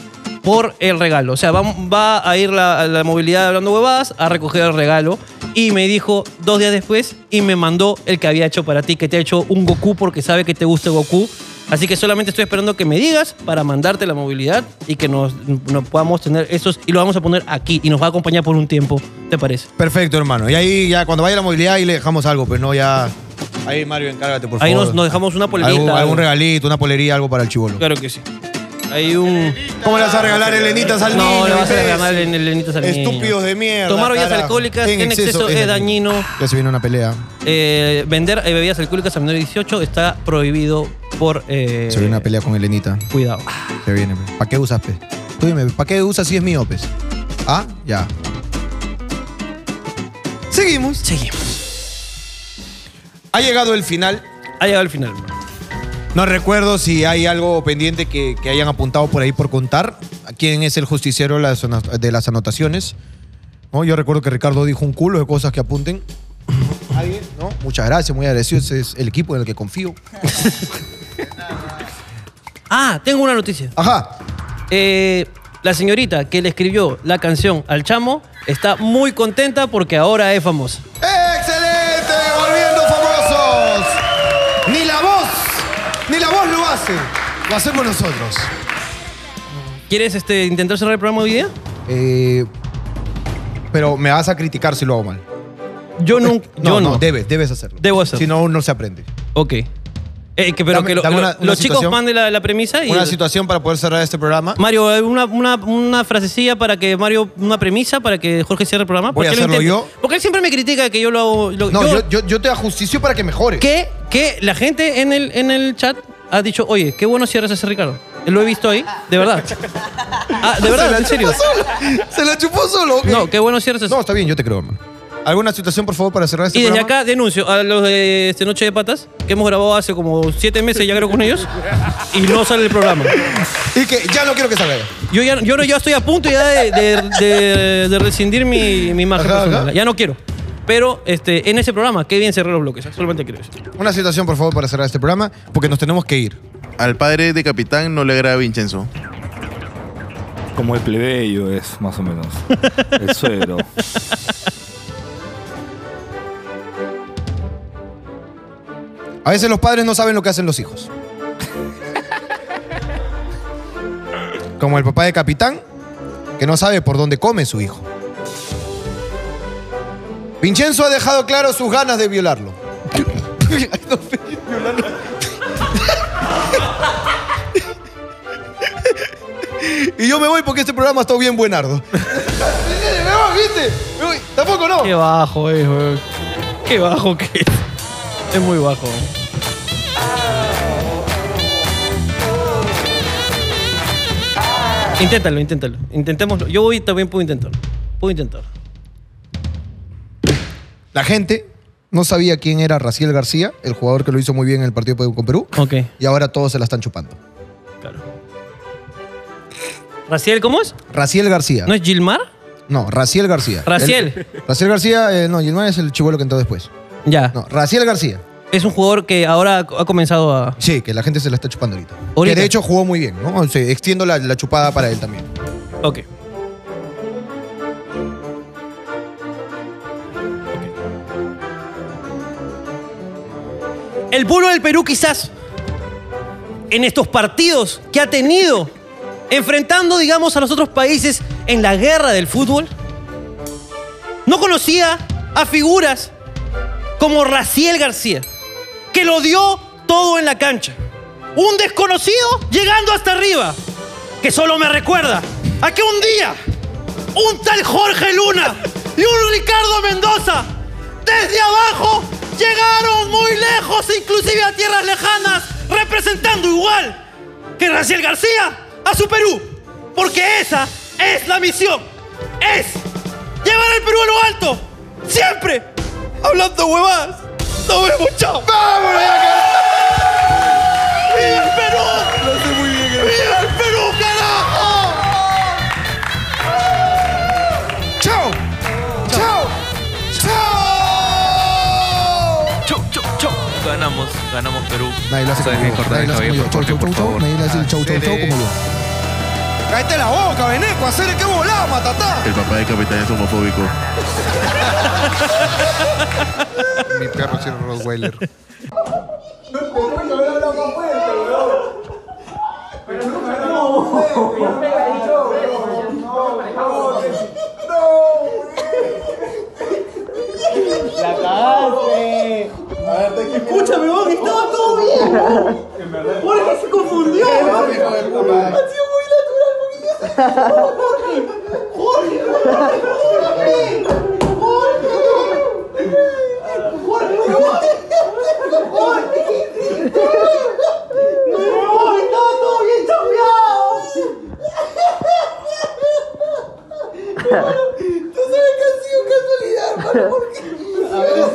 S2: por el regalo. O sea, va, va a ir la, a la movilidad de hablando huevadas a recoger el regalo. Y me dijo dos días después y me mandó el que había hecho para ti, que te ha hecho un Goku porque sabe que te gusta Goku. Así que solamente estoy esperando que me digas para mandarte la movilidad y que nos, nos podamos tener esos y lo vamos a poner aquí y nos va a acompañar por un tiempo. ¿Te parece?
S1: Perfecto, hermano. Y ahí ya cuando vaya la movilidad ahí le dejamos algo, pues no ya. Ahí Mario, encárgate, por
S2: Ahí
S1: favor.
S2: nos, nos dejamos una polerita. eh.
S1: algún,
S2: algo.
S1: algún regalito, una polería, algo para el chivolo.
S2: Claro que sí. Hay un.
S1: ¿Cómo le vas a regalar helenitas al niño?
S2: No, le vas a
S1: imbécil?
S2: regalar en el lenito al niño.
S1: Estúpidos de mierda.
S2: Tomar bebidas
S1: carajo.
S2: alcohólicas en, exceso es dañino.
S1: Ya se viene una pelea.
S2: Eh, vender eh, bebidas alcohólicas a menor de 18 está prohibido por. eh,
S1: Se viene una pelea con Elenita.
S2: Cuidado.
S1: Se viene. ¿Para qué usas, pez? Tú dime, ¿para qué usas si es mío, pez? Ah, ya. Seguimos.
S2: Seguimos.
S1: Ha llegado el final.
S2: Ha llegado el final.
S1: No recuerdo si hay algo pendiente que, que hayan apuntado por ahí por contar. ¿Quién es el justiciero de las ano- de las anotaciones? ¿No? Yo recuerdo que Ricardo dijo un culo de cosas que apunten. ¿Alguien? ¿No? Muchas gracias, muy agradecido. Ese es el equipo en el que confío.
S2: Ah, tengo una noticia.
S1: Ajá.
S2: Eh, la señorita que le escribió la canción al chamo está muy contenta porque ahora es famosa.
S1: ¡Excelente! ¡Volviendo famosos! Ni la voz, ni la voz lo hace. Lo hacemos nosotros.
S2: ¿Quieres este, intentar cerrar el programa hoy día?
S1: Eh, pero me vas a criticar si lo hago mal.
S2: Yo nunca. yo no.
S1: debes, debes hacerlo.
S2: Debo hacerlo.
S1: Si no, no se aprende.
S2: ok. Eh, que- pero
S1: Dame-
S2: que lo-
S1: dame
S2: lo-
S1: una- una
S2: los chicos
S1: situación.
S2: manden la, la premisa y.
S1: Una situación para poder cerrar este programa.
S2: Mario, eh, una, una, una frasecilla para que Mario, una premisa para que Jorge cierre el programa.
S1: Voy
S2: ¿Por
S1: a
S2: qué lo
S1: hacerlo
S2: intenta? Porque él siempre me critica que yo lo hago. lo-
S1: No,
S2: yo-
S1: yo, yo- yo te ajusticio para que mejores.
S2: que, que la gente en el, en el chat ha dicho, oye, qué bueno cierras ese Ricardo. Lo he visto ahí, de verdad. Ah, de
S1: Se
S2: verdad,
S1: la
S2: en serio.
S1: chupó solo. Se la chupó solo. ok.
S2: No, qué bueno cierras ese.
S1: No, está bien, yo te creo, hermano. ¿Alguna situación, por favor, para cerrar este
S2: y desde
S1: programa?
S2: acá denuncio a los de este Noche de Patas, que hemos grabado hace como siete meses, ya creo, con ellos, y no sale el programa.
S1: Y que ya no quiero que salga.
S2: Yo ya yo, no- yo estoy a punto ya de, de- de- de rescindir mi, mi imagen
S1: Ajá,
S2: personal.
S1: ajá.
S2: Ya no quiero. Pero este, en ese programa, qué bien cerrar los bloques. Solamente quiero eso.
S1: Una situación, por favor, para cerrar este programa, porque nos tenemos que ir.
S9: Al padre de Capitán no le agrada Vincenzo.
S4: Como el plebeyo es, más o menos. El suero.
S1: A veces los padres no saben lo que hacen los hijos. Como el papá de Capitán, que no sabe por dónde come su hijo. Vincenzo ha dejado claro sus ganas de violarlo. y yo me voy porque este programa ha estado bien buenardo. me voy, ¿viste? Me voy. Tampoco no.
S2: Qué bajo es, weón. Qué bajo que es. Es muy bajo. Inténtalo, inténtalo. Intentémoslo. Yo hoy también puedo intentarlo. Puedo intentarlo.
S1: La gente no sabía quién era Raciel García, el jugador que lo hizo muy bien en el partido con Perú.
S2: Ok,
S1: Y ahora todos se la están chupando.
S2: claro. ¿Raciel cómo es?
S1: Raciel García.
S2: ¿No es Gilmar?
S1: No, Raciel García.
S2: Raciel.
S1: El- Raciel García, eh, no, Gilmán es el chivolo que entró después.
S2: Ya.
S1: No, Raciel García.
S2: Es un jugador que ahora ha comenzado a.
S1: Sí, que la gente se la está chupando ahorita.
S2: Ahorita.
S1: Que de hecho jugó muy bien, ¿no? O sea, extiendo la, la chupada para él también.
S2: Ok. El pueblo del Perú quizás en estos partidos que ha tenido enfrentando, digamos, a los otros países en la guerra del fútbol, no conocía a figuras como Raciel García, que lo dio todo en la cancha. Un desconocido llegando hasta arriba, que solo me recuerda a que un día un tal Jorge Luna y un Ricardo Mendoza desde abajo llegaron muy lejos, inclusive a tierras lejanas, representando igual que Raciel García a su Perú, porque esa es la misión, es llevar al Perú a lo alto, siempre hablando huevadas. Nos vemos, chao. ¡Vámonos ¡Viva el Perú! Lo muy bien. ¡Viva el Perú, carajo!
S1: ¡Chao! ¡Chao! ¡Chao!
S5: Chau, chau, chau. Ganamos, ganamos Perú.
S1: Nadie lo hace
S9: No
S1: como
S9: dejen
S1: yo.
S9: cortar
S1: Nadie
S9: el
S1: lo
S9: cabello,
S1: hace como yo. Chau,
S9: Jorge,
S1: chau,
S9: por
S1: chau, chau.
S9: favor.
S1: Nadie le hace el chau, chau, chau como yo. Cállate la boca, Beneco. Hacer qué volá, matatá.
S9: El papá de Capitán es homofóbico.
S1: Mi perro es el Rottweiler.
S6: No,
S10: Escúchame, vos, que estaba todo bien. weón. ¿Por qué se confundió? weón? Ha sido muy natural, porque yo sé- Jorge, Jorge, Jorge, Jorge, Jorge, weón. Jorge, ¿qué hiciste? No, weón, estaba todo bien chambeado. Hermano, Tú sabes que ha sido casualidad, hermano, porque... A ver,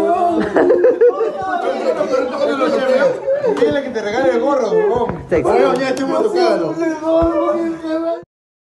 S10: weón.
S6: Dile que te regale el gorro, huevón. Oye, ya estoy muy tocado.
S3: Perdón,